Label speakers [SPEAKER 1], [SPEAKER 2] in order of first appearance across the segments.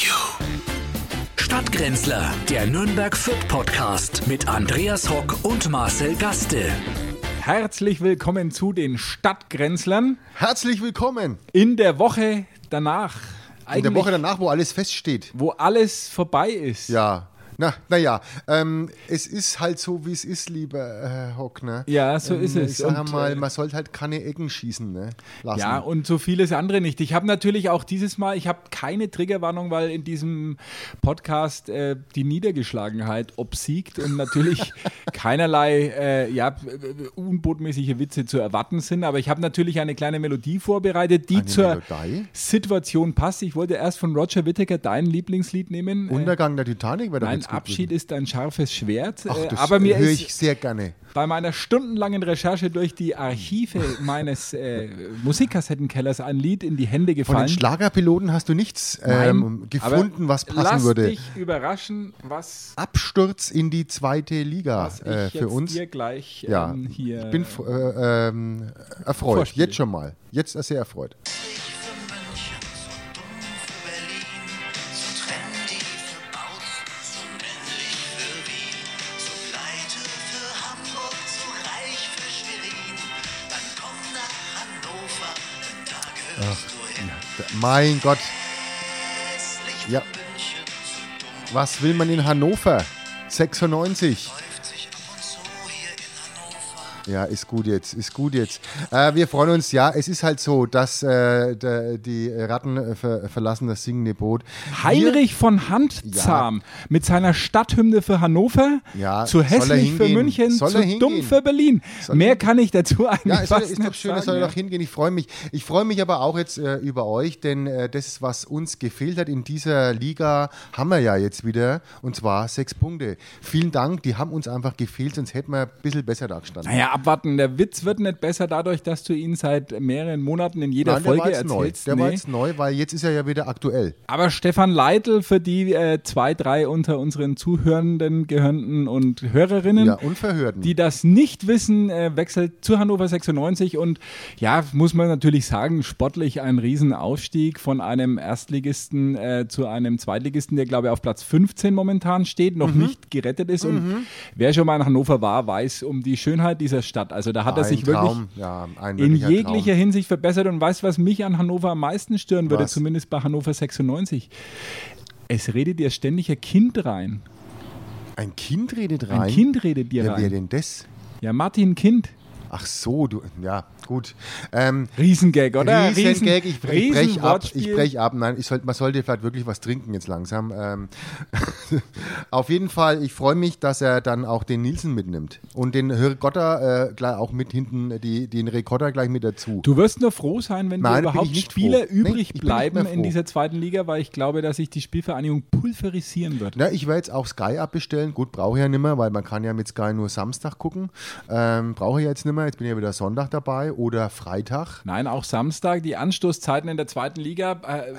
[SPEAKER 1] you. Stadtgrenzler, der Nürnberg Fit Podcast mit Andreas Hock und Marcel Gaste.
[SPEAKER 2] Herzlich willkommen zu den Stadtgrenzlern
[SPEAKER 3] Herzlich willkommen
[SPEAKER 2] in der Woche danach.
[SPEAKER 3] in der
[SPEAKER 2] Eigentlich,
[SPEAKER 3] Woche danach, wo alles feststeht.
[SPEAKER 2] Wo alles vorbei ist.
[SPEAKER 3] Ja. Na, naja, ähm, es ist halt so, wie es ist, lieber Herr Hock. Ne?
[SPEAKER 2] Ja, so ist es.
[SPEAKER 3] Ich sage
[SPEAKER 2] Und,
[SPEAKER 3] mal,
[SPEAKER 2] äh,
[SPEAKER 3] man sollte halt keine Ecken schießen. Ne? Lassen.
[SPEAKER 2] Ja, und so vieles andere nicht. Ich habe natürlich auch dieses Mal, ich habe keine Triggerwarnung, weil in diesem Podcast äh, die Niedergeschlagenheit obsiegt und natürlich keinerlei äh, ja, unbotmäßige Witze zu erwarten sind. Aber ich habe natürlich eine kleine Melodie vorbereitet, die
[SPEAKER 3] Eine
[SPEAKER 2] zur
[SPEAKER 3] Melodie?
[SPEAKER 2] Situation passt. Ich wollte erst von Roger Whittaker dein Lieblingslied nehmen. Äh,
[SPEAKER 3] Untergang der Titanic wäre doch
[SPEAKER 2] mein
[SPEAKER 3] jetzt gut
[SPEAKER 2] Abschied
[SPEAKER 3] gewesen.
[SPEAKER 2] ist ein scharfes Schwert.
[SPEAKER 3] Ach,
[SPEAKER 2] Äh,
[SPEAKER 3] das
[SPEAKER 2] aber mir
[SPEAKER 3] höre
[SPEAKER 2] ist
[SPEAKER 3] ich sehr gerne.
[SPEAKER 2] bei meiner stundenlangen Recherche durch die Archive meines äh, Musikkassettenkellers ein Lied in die Hände
[SPEAKER 3] Von
[SPEAKER 2] gefallen.
[SPEAKER 3] den Schlagerpiloten hast du nichts ähm, gefunden,
[SPEAKER 2] aber
[SPEAKER 3] was passen
[SPEAKER 2] lass
[SPEAKER 3] würde.
[SPEAKER 2] Dich überraschen, was,
[SPEAKER 3] Absturz in die zweite Liga
[SPEAKER 2] was ich
[SPEAKER 3] äh,
[SPEAKER 2] jetzt
[SPEAKER 3] für uns.
[SPEAKER 2] dir gleich
[SPEAKER 3] Ja,
[SPEAKER 2] ähm, hier.
[SPEAKER 3] ich bin f- äh, ähm, erfreut.
[SPEAKER 2] Vorspiel.
[SPEAKER 3] Jetzt schon mal. Jetzt sehr erfreut.
[SPEAKER 4] für München, so dumm für Berlin, so trendy für Bautzen, so männlich für Wien, so pleite für Hamburg, so reich für Schwerin. Dann komm nach Hannover, denn da gehörst du hin.
[SPEAKER 3] Mein Gott,
[SPEAKER 4] Hässlich
[SPEAKER 3] Ja.
[SPEAKER 4] für München, so dumm
[SPEAKER 3] was will man in Hannover? 96.
[SPEAKER 4] läuft sich ab und zu hier in Hannover.
[SPEAKER 3] Ja, ist gut jetzt, ist gut jetzt. Äh, wir freuen uns, ja, es ist halt so, dass äh, der, die Ratten äh, ver verlassen das singende Boot. Wir-
[SPEAKER 2] Heinrich von Handzahm mit seiner Stadthymne für Hannover,
[SPEAKER 3] Ja,
[SPEAKER 2] zu
[SPEAKER 3] soll er
[SPEAKER 2] hässlich für
[SPEAKER 3] hingehen?
[SPEAKER 2] München,
[SPEAKER 3] Soll er
[SPEAKER 2] zu dumm
[SPEAKER 3] hingehen?
[SPEAKER 2] für Berlin. Mehr kann ich dazu eigentlich
[SPEAKER 3] Ja, ist, doch-
[SPEAKER 2] fast
[SPEAKER 3] ist doch
[SPEAKER 2] nicht
[SPEAKER 3] schön,
[SPEAKER 2] sagen.
[SPEAKER 3] es soll
[SPEAKER 2] ja.
[SPEAKER 3] doch hingehen. Ich freue mich. Ich freue mich aber auch jetzt äh, über euch, denn äh, das ist, was uns gefehlt hat in dieser Liga, haben wir ja jetzt wieder, und zwar sechs Punkte. Vielen Dank, die haben uns einfach gefehlt, sonst hätten wir ein bisschen besser dagestanden.
[SPEAKER 2] Naja, abwarten. Der Witz wird nicht besser dadurch, dass du ihn seit mehreren Monaten in jeder
[SPEAKER 3] Nein, der
[SPEAKER 2] Folge
[SPEAKER 3] war jetzt neu.
[SPEAKER 2] erzählst.
[SPEAKER 3] Der war
[SPEAKER 2] Nee.
[SPEAKER 3] jetzt neu, weil jetzt ist er ja wieder aktuell.
[SPEAKER 2] Aber Stefan Leitl, für die äh, zwei, drei unter unseren Zuhörenden, Gehörenden und Hörerinnen,
[SPEAKER 3] Ja, unverhörten.
[SPEAKER 2] Ähm, die das nicht wissen, äh, wechselt zu Hannover 96 und ja, muss man natürlich sagen, sportlich ein Riesenaufstieg von einem Erstligisten äh, zu einem Zweitligisten, der glaube ich auf Platz 15 momentan steht, noch
[SPEAKER 3] Mhm.
[SPEAKER 2] nicht gerettet ist und wer schon mal in Hannover war, weiß um die Schönheit dieser Stadt. Also da hat er
[SPEAKER 3] Ein
[SPEAKER 2] sich
[SPEAKER 3] Traum.
[SPEAKER 2] wirklich
[SPEAKER 3] Ja, ein
[SPEAKER 2] in
[SPEAKER 3] wirklicher
[SPEAKER 2] jeglicher
[SPEAKER 3] Traum.
[SPEAKER 2] Hinsicht verbessert und weißt, was mich an Hannover am meisten stören würde,
[SPEAKER 3] Was?
[SPEAKER 2] zumindest bei Hannover 96. Es redet dir ständig ein Kind rein.
[SPEAKER 3] Ein Kind redet
[SPEAKER 2] Ein
[SPEAKER 3] rein.
[SPEAKER 2] Kind redet dir
[SPEAKER 3] ja, wer
[SPEAKER 2] rein.
[SPEAKER 3] denn das?
[SPEAKER 2] Ja, Martin Kind.
[SPEAKER 3] Ach so, du. Ja, gut. Ähm,
[SPEAKER 2] Riesengag, oder?
[SPEAKER 3] Riesengag, ich, ich
[SPEAKER 2] Riesen-
[SPEAKER 3] brech ab,
[SPEAKER 2] Wortspiel.
[SPEAKER 3] ich brech ab. Nein, ich sollt, man sollte vielleicht wirklich was trinken jetzt langsam. Ähm, auf jeden Fall, ich freue mich, dass er dann auch den Nielsen mitnimmt. Und den Hörgotter äh, gleich auch mit hinten, äh, die, den Rekorder gleich mit dazu.
[SPEAKER 2] Du wirst nur froh sein, wenn
[SPEAKER 3] Nein,
[SPEAKER 2] dir
[SPEAKER 3] bin
[SPEAKER 2] überhaupt
[SPEAKER 3] ich nicht
[SPEAKER 2] Spieler
[SPEAKER 3] froh. Nee,
[SPEAKER 2] übrig
[SPEAKER 3] ich bin
[SPEAKER 2] bleiben
[SPEAKER 3] nicht mehr
[SPEAKER 2] in
[SPEAKER 3] froh.
[SPEAKER 2] dieser zweiten Liga, weil ich glaube, dass sich die Spielvereinigung pulverisieren wird.
[SPEAKER 3] Na, ich werde jetzt auch Sky abbestellen. Gut, brauche ich ja nimmer, weil man kann ja mit Sky nur Samstag gucken. Ähm, brauche ich jetzt nimmer. Jetzt bin ich ja wieder Sonntag dabei oder Freitag.
[SPEAKER 2] Nein, auch Samstag, die Anstoßzeiten in der zweiten Liga äh,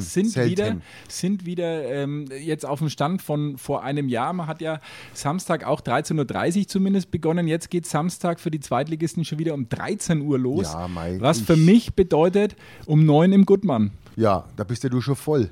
[SPEAKER 2] sind, sind
[SPEAKER 3] selten.
[SPEAKER 2] wieder, sind wieder ähm, jetzt auf dem Stand von vor einem Jahr. Man hat ja Samstag auch 13.30 Uhr zumindest begonnen. Jetzt geht Samstag für die Zweitligisten schon wieder um 13 Uhr los.
[SPEAKER 3] Ja, mei,
[SPEAKER 2] was
[SPEAKER 3] ich-
[SPEAKER 2] für mich bedeutet, um 9 im Goodman.
[SPEAKER 3] Ja, da bist ja du schon voll.
[SPEAKER 2] Voll-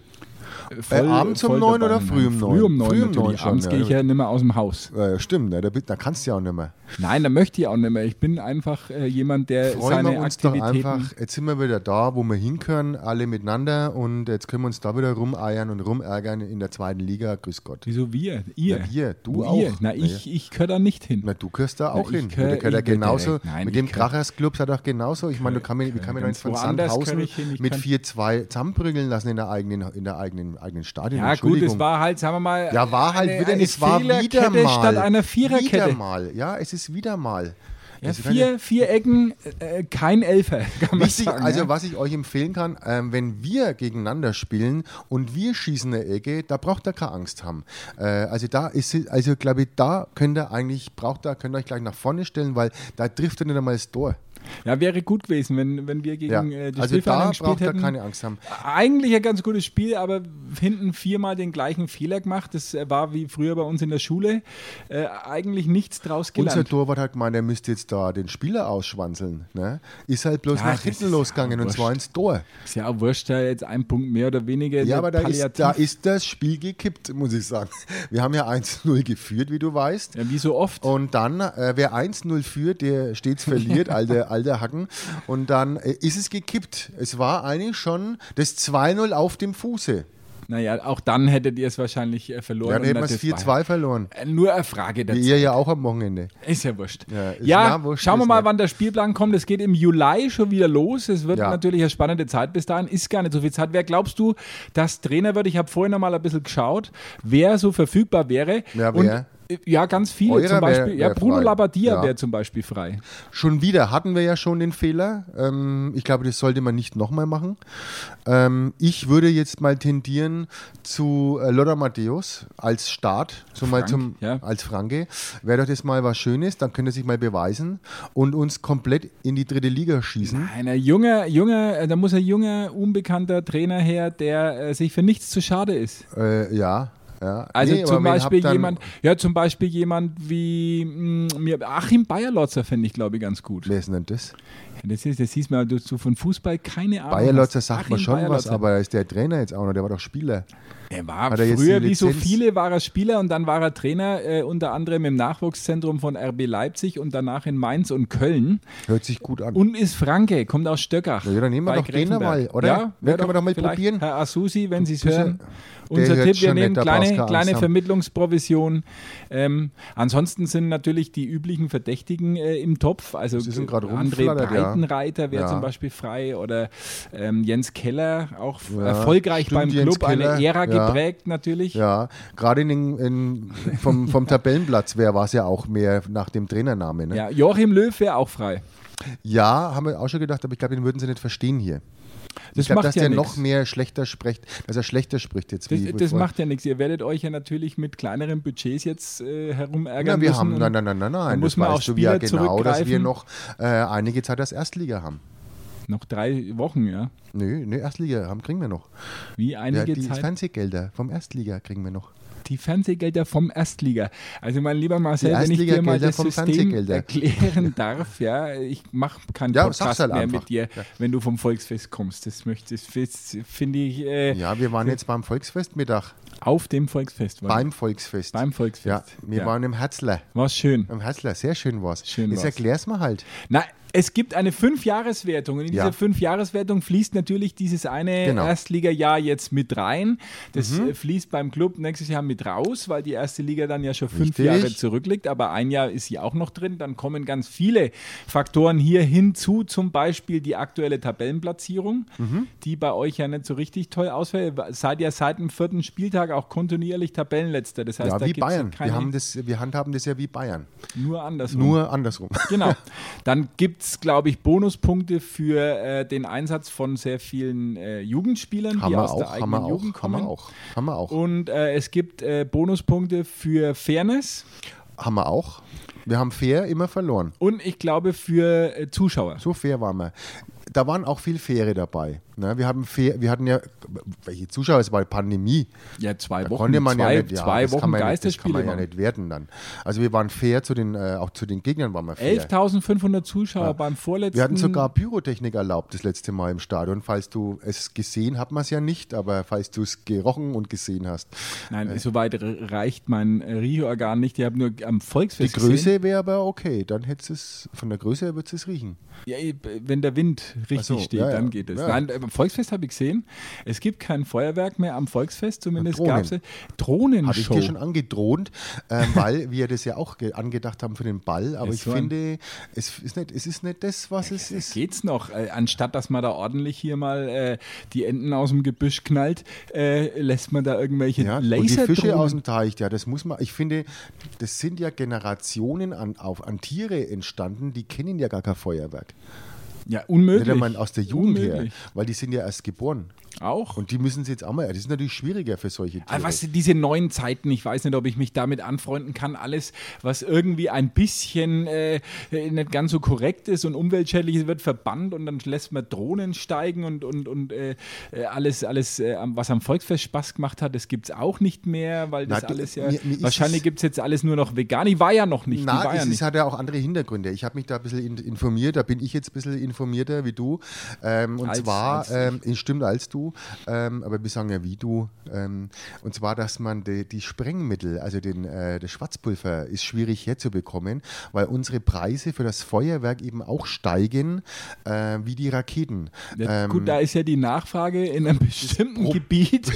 [SPEAKER 3] Äh, abends um
[SPEAKER 2] voll
[SPEAKER 3] neun
[SPEAKER 2] dabei.
[SPEAKER 3] oder früh um neun?
[SPEAKER 2] Früh um 9
[SPEAKER 3] Früh um
[SPEAKER 2] natürlich.
[SPEAKER 3] neun schon,
[SPEAKER 2] abends
[SPEAKER 3] ja.
[SPEAKER 2] gehe ich ja nicht mehr aus dem Haus.
[SPEAKER 3] Äh, stimmt, ne? da, bi- da kannst du ja auch nimmer.
[SPEAKER 2] Nein, da möchte ich auch nicht mehr. Ich bin einfach äh, jemand, der
[SPEAKER 3] freuen
[SPEAKER 2] seine
[SPEAKER 3] wir uns doch
[SPEAKER 2] Aktivitäten.
[SPEAKER 3] einfach. Jetzt sind wir wieder da, wo wir hinkönnen, alle miteinander. Und jetzt können wir uns da wieder rumeiern und rumärgern in der zweiten Liga. Grüß Gott.
[SPEAKER 2] Wieso wir? Ihr?
[SPEAKER 3] Na, wir. Du
[SPEAKER 2] Ihr.
[SPEAKER 3] auch.
[SPEAKER 2] Na, ich, ich gehöre da nicht hin.
[SPEAKER 3] Na, du gehörst da auch
[SPEAKER 2] ich
[SPEAKER 3] hin.
[SPEAKER 2] gehör-
[SPEAKER 3] Da gehört er
[SPEAKER 2] ich gehör
[SPEAKER 3] genauso.
[SPEAKER 2] direkt. Nein,
[SPEAKER 3] mit
[SPEAKER 2] ich
[SPEAKER 3] dem
[SPEAKER 2] gehör-
[SPEAKER 3] Krachers-Club hat er doch genauso. Ich meine, du kann mir, wie kann mir doch
[SPEAKER 2] ganz
[SPEAKER 3] nicht von
[SPEAKER 2] woanders
[SPEAKER 3] Sandhausen
[SPEAKER 2] gehör ich hin. Ich
[SPEAKER 3] mit
[SPEAKER 2] kann-
[SPEAKER 3] 4-2 zusammenprügeln lassen in der eigenen, in der eigenen, eigenen Stadion.
[SPEAKER 2] ja, gut,
[SPEAKER 3] Entschuldigung.
[SPEAKER 2] es war halt, sagen wir mal.
[SPEAKER 3] Ja, war halt
[SPEAKER 2] eine,
[SPEAKER 3] wieder
[SPEAKER 2] eine
[SPEAKER 3] es war wieder
[SPEAKER 2] Fehlerkette
[SPEAKER 3] mal.
[SPEAKER 2] statt einer
[SPEAKER 3] Wieder
[SPEAKER 2] Viererkette.
[SPEAKER 3] mal. Also, Ja, es ist wieder mal.
[SPEAKER 2] Ja,
[SPEAKER 3] Es ist keine-
[SPEAKER 2] vier, vier Ecken, äh, kein Elfer, kann man
[SPEAKER 3] Wichtig,
[SPEAKER 2] sagen.
[SPEAKER 3] also
[SPEAKER 2] ja.
[SPEAKER 3] was ich euch empfehlen kann, ähm, wenn wir gegeneinander spielen und wir schießen eine Ecke, da braucht ihr keine Angst haben. Äh, also da ist, es- also glaube ich, da könnt ihr eigentlich, braucht ihr, könnt ihr euch gleich nach vorne stellen, weil da trifft ihr nicht einmal das Tor.
[SPEAKER 2] ja, wäre gut gewesen, wenn, wenn wir
[SPEAKER 3] Ja.
[SPEAKER 2] gegen äh, die
[SPEAKER 3] Also da
[SPEAKER 2] Spielvereinigung
[SPEAKER 3] braucht
[SPEAKER 2] gespielt
[SPEAKER 3] ihr
[SPEAKER 2] hätten.
[SPEAKER 3] keine Angst haben.
[SPEAKER 2] Eigentlich ein ganz gutes Spiel, aber hinten viermal den gleichen Fehler gemacht. Das äh, war wie früher bei uns in der Schule. Äh, eigentlich nichts draus
[SPEAKER 3] Unser
[SPEAKER 2] gelernt.
[SPEAKER 3] Torwart hat gemeint, er müsste jetzt da den Spieler ausschwanzeln. Ne? Ist halt bloß
[SPEAKER 2] Ja,
[SPEAKER 3] nach
[SPEAKER 2] das
[SPEAKER 3] hinten
[SPEAKER 2] ist
[SPEAKER 3] losgegangen
[SPEAKER 2] ja
[SPEAKER 3] und zwar
[SPEAKER 2] wurscht.
[SPEAKER 3] ins Tor.
[SPEAKER 2] ist ja auch wurscht, da jetzt ein Punkt mehr oder weniger.
[SPEAKER 3] Ja, aber da
[SPEAKER 2] Palliativ.
[SPEAKER 3] ist, da ist das Spiel gekippt, muss ich sagen. Wir haben ja 1-0 geführt, wie du weißt.
[SPEAKER 2] ja, wie so oft.
[SPEAKER 3] Und dann, äh, wer 1-0 führt, der stets verliert, alter, alter Hacken. Und dann äh, ist es gekippt. Es war eigentlich schon das 2-0 auf dem Fuße.
[SPEAKER 2] Naja, auch dann hättet ihr es wahrscheinlich äh, verloren.
[SPEAKER 3] Ja, dann hätten wir
[SPEAKER 2] und
[SPEAKER 3] es
[SPEAKER 2] das war-
[SPEAKER 3] 4-2 verloren.
[SPEAKER 2] Äh, Nur eine Frage
[SPEAKER 3] Wie
[SPEAKER 2] dazu.
[SPEAKER 3] ihr ja auch am Wochenende.
[SPEAKER 2] Ist ja wurscht.
[SPEAKER 3] Ja,
[SPEAKER 2] Ja,
[SPEAKER 3] ist nah wurscht,
[SPEAKER 2] schauen wir
[SPEAKER 3] ist
[SPEAKER 2] mal,
[SPEAKER 3] nett.
[SPEAKER 2] wann der Spielplan kommt. Es geht im Juli schon wieder los. Es wird
[SPEAKER 3] Ja.
[SPEAKER 2] natürlich eine spannende Zeit bis dahin. Ist gar nicht so viel Zeit. Wer glaubst du, dass Trainer wird? Ich habe vorhin noch mal ein bisschen geschaut, wer so verfügbar wäre.
[SPEAKER 3] Ja,
[SPEAKER 2] Und,
[SPEAKER 3] wer?
[SPEAKER 2] äh, ja ganz viele.
[SPEAKER 3] Eurer
[SPEAKER 2] zum Beispiel,
[SPEAKER 3] wär-
[SPEAKER 2] ja,
[SPEAKER 3] wär
[SPEAKER 2] Bruno
[SPEAKER 3] frei.
[SPEAKER 2] Labbadia
[SPEAKER 3] Ja.
[SPEAKER 2] wäre zum Beispiel frei.
[SPEAKER 3] Schon wieder hatten wir ja schon den Fehler. Ähm, ich glaube, das sollte man nicht nochmal machen. Ähm, ich würde jetzt mal tendieren zu äh, Lothar Matthäus als Start, so mal
[SPEAKER 2] Frank,
[SPEAKER 3] zum,
[SPEAKER 2] ja.
[SPEAKER 3] als Franke. Wäre doch das mal was Schönes, dann könnte er sich mal beweisen und uns komplett in die dritte Liga schießen.
[SPEAKER 2] Einer junger, junger, äh, da muss ein junger, unbekannter Trainer her, der äh, sich für nichts zu schade ist.
[SPEAKER 3] Äh, ja. Ja.
[SPEAKER 2] Also
[SPEAKER 3] Nee, aber
[SPEAKER 2] zum
[SPEAKER 3] wen habt
[SPEAKER 2] Beispiel
[SPEAKER 3] dann-
[SPEAKER 2] jemand, ja, zum Beispiel jemand wie mh, mir- Achim Bayerlotzer fände ich, glaube ich, ganz gut.
[SPEAKER 3] Wer ist denn das?
[SPEAKER 2] Das, ist, das siehst man, dass du von Fußball keine Ahnung
[SPEAKER 3] Bayerlotzer
[SPEAKER 2] hast.
[SPEAKER 3] sagt
[SPEAKER 2] Achim
[SPEAKER 3] man schon was,
[SPEAKER 2] Bayerlotzer.
[SPEAKER 3] aber da ist der Trainer jetzt auch noch, der war doch Spieler.
[SPEAKER 2] Er war
[SPEAKER 3] hat er jetzt
[SPEAKER 2] früher,
[SPEAKER 3] die
[SPEAKER 2] wie so
[SPEAKER 3] Lizenz?
[SPEAKER 2] viele, war er Spieler und dann war er Trainer, äh, unter anderem im Nachwuchszentrum von RB Leipzig und danach in Mainz und Köln.
[SPEAKER 3] Hört sich gut an.
[SPEAKER 2] Und ist Franke, kommt aus Stöckach.
[SPEAKER 3] Hm. Ja, dann nehmen wir
[SPEAKER 2] bei
[SPEAKER 3] doch den
[SPEAKER 2] Gräfenberg.
[SPEAKER 3] mal, oder?
[SPEAKER 2] Ja,
[SPEAKER 3] Den
[SPEAKER 2] wär
[SPEAKER 3] können wir doch mal
[SPEAKER 2] vielleicht-
[SPEAKER 3] probieren.
[SPEAKER 2] Herr Asusi, wenn Sie es
[SPEAKER 3] Bisschen-
[SPEAKER 2] hören.
[SPEAKER 3] der
[SPEAKER 2] Unser
[SPEAKER 3] hört
[SPEAKER 2] Tipp, wir
[SPEAKER 3] schon
[SPEAKER 2] nehmen
[SPEAKER 3] nicht, da brauchst
[SPEAKER 2] kleine,
[SPEAKER 3] keine Angst
[SPEAKER 2] kleine
[SPEAKER 3] haben.
[SPEAKER 2] Vermittlungsprovision. Ähm, ansonsten sind natürlich die üblichen Verdächtigen äh, im Topf. Also
[SPEAKER 3] Sie sind gerade
[SPEAKER 2] André
[SPEAKER 3] rumgeflattert, ja.
[SPEAKER 2] Breitenreiter wäre
[SPEAKER 3] Ja.
[SPEAKER 2] zum Beispiel frei oder ähm, Jens Keller, auch f-
[SPEAKER 3] Ja,
[SPEAKER 2] erfolgreich
[SPEAKER 3] stimmt,
[SPEAKER 2] beim
[SPEAKER 3] Jens
[SPEAKER 2] Club,
[SPEAKER 3] Keller,
[SPEAKER 2] eine Ära
[SPEAKER 3] ja.
[SPEAKER 2] geprägt natürlich.
[SPEAKER 3] Ja, gerade in, den- in, vom, vom Tabellenplatz wäre war es ja auch mehr nach dem Trainernamen. Ne? Ja.
[SPEAKER 2] Ja, Joachim Löw wäre auch frei.
[SPEAKER 3] haben wir auch schon gedacht, aber ich glaube, den würden sie nicht verstehen hier.
[SPEAKER 2] Das
[SPEAKER 3] Ich glaube,
[SPEAKER 2] macht
[SPEAKER 3] dass
[SPEAKER 2] ja
[SPEAKER 3] der
[SPEAKER 2] nix.
[SPEAKER 3] noch mehr schlechter spricht, dass er schlechter spricht jetzt.
[SPEAKER 2] Das,
[SPEAKER 3] wie
[SPEAKER 2] das
[SPEAKER 3] bevor-
[SPEAKER 2] macht ja nichts. Ihr werdet euch ja natürlich mit kleineren Budgets jetzt äh, herumärgern
[SPEAKER 3] ja, wir
[SPEAKER 2] müssen.
[SPEAKER 3] haben,
[SPEAKER 2] und-
[SPEAKER 3] nein, nein, nein, nein, nein.
[SPEAKER 2] muss
[SPEAKER 3] Das
[SPEAKER 2] man auf
[SPEAKER 3] weißt du ja
[SPEAKER 2] Spieler
[SPEAKER 3] genau, dass wir
[SPEAKER 2] zurückgreifen.
[SPEAKER 3] noch äh, einige Zeit als Erstliga haben.
[SPEAKER 2] Noch drei Wochen, ja.
[SPEAKER 3] Nö, nö, Erstliga haben kriegen wir noch.
[SPEAKER 2] Wie
[SPEAKER 3] Ja,
[SPEAKER 2] einige
[SPEAKER 3] die
[SPEAKER 2] Zeit.
[SPEAKER 3] Fernsehgelder vom Erstliga kriegen wir noch.
[SPEAKER 2] die Fernsehgelder vom Erstliga. Also mein lieber Marcel,
[SPEAKER 3] Die
[SPEAKER 2] wenn ich dir mal
[SPEAKER 3] Erstligagelder
[SPEAKER 2] das
[SPEAKER 3] vom
[SPEAKER 2] System
[SPEAKER 3] Fernsehgelder.
[SPEAKER 2] erklären darf, ja, ich mache keinen
[SPEAKER 3] Ja, sag's
[SPEAKER 2] Podcast
[SPEAKER 3] halt
[SPEAKER 2] mehr
[SPEAKER 3] einfach.
[SPEAKER 2] mit dir, wenn du vom Volksfest kommst. Das möchtest, das finde ich, äh,
[SPEAKER 3] Ja, wir waren jetzt beim Volksfestmittag.
[SPEAKER 2] auf dem Volksfest. war-
[SPEAKER 3] Beim Volksfest.
[SPEAKER 2] beim Volksfest.
[SPEAKER 3] Ja, wir
[SPEAKER 2] Ja.
[SPEAKER 3] waren im Herzler.
[SPEAKER 2] War's schön.
[SPEAKER 3] Im Herzler, sehr schön war's.
[SPEAKER 2] Schön
[SPEAKER 3] Jetzt
[SPEAKER 2] war's.
[SPEAKER 3] erklär's mal halt.
[SPEAKER 2] Na, es gibt eine Fünfjahreswertung und in
[SPEAKER 3] Ja.
[SPEAKER 2] dieser Fünfjahreswertung fließt natürlich dieses eine
[SPEAKER 3] Genau. Mhm.
[SPEAKER 2] Erstligajahr jetzt mit rein. Das äh, fließt beim Club nächstes Jahr mit raus, weil die erste Liga dann ja schon fünf
[SPEAKER 3] Richtig.
[SPEAKER 2] Jahre zurückliegt, aber ein Jahr ist sie auch noch drin. Dann kommen ganz viele Faktoren hier hinzu, zum Beispiel die aktuelle Tabellenplatzierung,
[SPEAKER 3] Mhm.
[SPEAKER 2] die bei euch ja nicht so richtig toll ausfällt. Seid ja seit dem vierten Spieltag auch kontinuierlich Tabellenletzter. Das heißt,
[SPEAKER 3] Ja,
[SPEAKER 2] da
[SPEAKER 3] wie
[SPEAKER 2] gibt's
[SPEAKER 3] Bayern.
[SPEAKER 2] Keine,
[SPEAKER 3] Wir, haben das, wir handhaben das ja wie Bayern.
[SPEAKER 2] nur andersrum.
[SPEAKER 3] Nur andersrum.
[SPEAKER 2] Genau. Dann gibt es, glaube ich, Bonuspunkte für äh, den Einsatz von sehr vielen äh, Jugendspielern,
[SPEAKER 3] haben
[SPEAKER 2] die
[SPEAKER 3] wir
[SPEAKER 2] aus der
[SPEAKER 3] auch, haben
[SPEAKER 2] eigenen
[SPEAKER 3] wir
[SPEAKER 2] Jugend
[SPEAKER 3] auch, haben
[SPEAKER 2] kommen.
[SPEAKER 3] wir auch, haben wir auch,
[SPEAKER 2] Und äh, es gibt äh, Bonuspunkte für Fairness
[SPEAKER 3] haben wir auch. Wir haben fair immer verloren.
[SPEAKER 2] und ich glaube für äh, Zuschauer.
[SPEAKER 3] So fair waren wir. Da waren auch viel Faire dabei. Ne? Wir, haben fair, wir hatten ja, welche Zuschauer, es war Pandemie.
[SPEAKER 2] Ja, zwei
[SPEAKER 3] Da
[SPEAKER 2] Wochen.
[SPEAKER 3] konnte man
[SPEAKER 2] zwei
[SPEAKER 3] ja nicht, ja,
[SPEAKER 2] zwei
[SPEAKER 3] das kann
[SPEAKER 2] Wochen
[SPEAKER 3] man ja nicht-
[SPEAKER 2] Geisterspiele.
[SPEAKER 3] Das kann man ja
[SPEAKER 2] machen.
[SPEAKER 3] nicht werten dann. Also wir waren fair, zu den, äh, auch zu den Gegnern waren wir fair.
[SPEAKER 2] 11.500 Zuschauer beim vorletzten.
[SPEAKER 3] Wir hatten sogar Pyrotechnik erlaubt das letzte Mal im Stadion. Falls du es gesehen, hat man es ja nicht, aber falls du es gerochen und gesehen hast.
[SPEAKER 2] Nein, so weit re- reicht mein äh, Riechorgan nicht. Ich habe nur am
[SPEAKER 3] Die
[SPEAKER 2] Volksfest gesehen.
[SPEAKER 3] Größe wäre aber okay, dann hättest es, von der Größe her würdest es riechen.
[SPEAKER 2] Ja, eh, wenn der Wind richtig
[SPEAKER 3] Ach so,
[SPEAKER 2] steht,
[SPEAKER 3] ja, ja.
[SPEAKER 2] dann geht es.
[SPEAKER 3] Ja.
[SPEAKER 2] Nein, am Volksfest habe ich gesehen, es gibt kein Feuerwerk mehr am Volksfest, zumindest
[SPEAKER 3] Drohnen.
[SPEAKER 2] gab es
[SPEAKER 3] Habe ich
[SPEAKER 2] Drohnenshow.
[SPEAKER 3] dir schon angedroht, ähm, weil wir das ja auch ge- angedacht haben für den Ball, aber
[SPEAKER 2] Ist
[SPEAKER 3] ich
[SPEAKER 2] so ein-
[SPEAKER 3] finde, es ist, nicht, es ist nicht das, was es ist.
[SPEAKER 2] Geht's noch? Äh, Anstatt dass man da ordentlich hier mal äh, die Enten aus dem Gebüsch knallt, äh, lässt man da irgendwelche
[SPEAKER 3] Ja,
[SPEAKER 2] ja,
[SPEAKER 3] und die
[SPEAKER 2] Laser
[SPEAKER 3] Fische aus dem Teich, ja, das muss man, ich finde, das sind ja Generationen an, auf, an Tiere entstanden, die kennen ja gar kein Feuerwerk.
[SPEAKER 2] Ja,
[SPEAKER 3] Nicht
[SPEAKER 2] unmöglich.
[SPEAKER 3] einmal aus der Jugend her,
[SPEAKER 2] Unmöglich.
[SPEAKER 3] weil die sind ja erst geboren.
[SPEAKER 2] Auch?
[SPEAKER 3] Und die müssen sie jetzt auch mal. Das ist natürlich schwieriger für solche Tiere.
[SPEAKER 2] Aber Ah, weißt du, diese neuen Zeiten, ich weiß nicht, ob ich mich damit anfreunden kann, alles, was irgendwie ein bisschen äh, nicht ganz so korrekt ist und umweltschädlich ist, wird verbannt und dann lässt man Drohnen steigen und, und, und äh, äh, alles, alles äh, am- was am Volksfest Spaß gemacht hat, das gibt es auch nicht mehr, weil das
[SPEAKER 3] Na, du,
[SPEAKER 2] alles ja,
[SPEAKER 3] mir- mir ist
[SPEAKER 2] wahrscheinlich
[SPEAKER 3] es-
[SPEAKER 2] gibt es jetzt alles nur noch vegan. Die war ja noch nicht, die
[SPEAKER 3] Na,
[SPEAKER 2] war
[SPEAKER 3] es
[SPEAKER 2] ja
[SPEAKER 3] ist, halt,
[SPEAKER 2] nicht.
[SPEAKER 3] hat ja auch andere Hintergründe. Ich habe mich da ein bisschen in- informiert, da bin ich jetzt ein bisschen informierter wie du. Ähm, und
[SPEAKER 2] Als-
[SPEAKER 3] zwar,
[SPEAKER 2] als ich.
[SPEAKER 3] ähm, es stimmt als du, ähm, aber wir sagen ja wie du. Ähm, und zwar, dass man die, die Sprengmittel, also den, äh, das Schwarzpulver, ist schwierig herzubekommen, weil unsere Preise für das Feuerwerk eben auch steigen, äh, wie die Raketen.
[SPEAKER 2] Ja,
[SPEAKER 3] Ähm,
[SPEAKER 2] Gut, da ist ja die Nachfrage in einem bestimmten Gebiet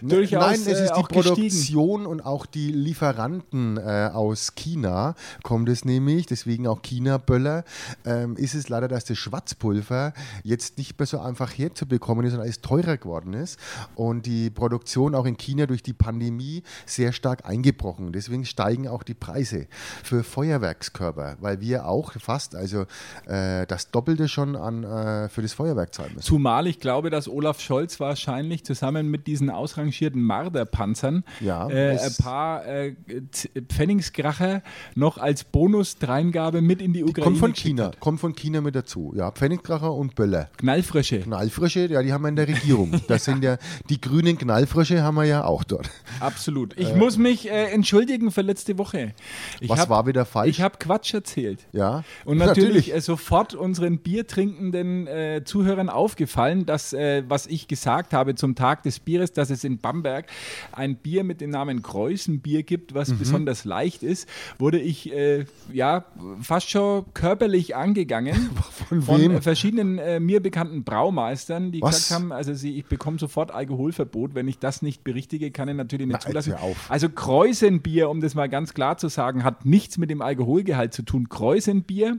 [SPEAKER 2] durchaus
[SPEAKER 3] Nein, es
[SPEAKER 2] äh,
[SPEAKER 3] ist die
[SPEAKER 2] auch gestiegen.
[SPEAKER 3] Produktion und auch die Lieferanten äh, aus China kommt es nämlich, deswegen auch China-Böller, ähm, ist es leider, dass das Schwarzpulver jetzt nicht mehr so einfach herzubekommen ist und alles teurer geworden ist und die Produktion auch in China durch die Pandemie sehr stark eingebrochen. Deswegen steigen auch die Preise für Feuerwerkskörper, weil wir auch fast, also äh, das Doppelte schon an, äh, für das Feuerwerk zahlen müssen.
[SPEAKER 2] Zumal ich glaube, dass Olaf Scholz wahrscheinlich zusammen mit diesen ausrangierten Marderpanzern
[SPEAKER 3] Ja,
[SPEAKER 2] äh, ein
[SPEAKER 3] es-
[SPEAKER 2] paar äh, Z- Pfennigskracher noch als Bonusdreingabe mit in die Ukraine
[SPEAKER 3] Kommt von
[SPEAKER 2] geschickt
[SPEAKER 3] China,
[SPEAKER 2] hat.
[SPEAKER 3] kommt von China mit dazu. Ja, Pfennigkracher und Böller.
[SPEAKER 2] Knallfrösche.
[SPEAKER 3] Knallfrösche, ja, die haben wir in der Regierung. Das sind ja die grünen Knallfrösche haben wir ja auch dort.
[SPEAKER 2] Absolut. Ich muss mich äh, entschuldigen für letzte Woche. Ich
[SPEAKER 3] Was
[SPEAKER 2] hab-
[SPEAKER 3] war wieder falsch?
[SPEAKER 2] Ich habe Quatsch erzählt.
[SPEAKER 3] Ja,
[SPEAKER 2] Und natürlich, äh, sofort unseren biertrinkenden äh, Zuhörern aufgefallen, dass, äh, was ich gesagt habe zum Tag des Bieres, dass es in Bamberg ein Bier mit dem Namen Kreuzenbier gibt,
[SPEAKER 3] Mhm.
[SPEAKER 2] was besonders leicht ist, wurde ich äh, ja fast schon körperlich angegangen
[SPEAKER 3] Von wem?
[SPEAKER 2] äh, verschiedenen äh, mir bekannten Braumeistern, die
[SPEAKER 3] Was?
[SPEAKER 2] gesagt haben, also sie, ich bekomme sofort Alkoholverbot, wenn ich das nicht berichtige, kann ich natürlich nicht
[SPEAKER 3] Na, jetzt
[SPEAKER 2] zulassen.
[SPEAKER 3] hör auf.
[SPEAKER 2] Also Kreuzenbier, um das mal ganz klar zu sagen, hat nichts mit dem Alkoholgehalt zu tun. Kreuzenbier,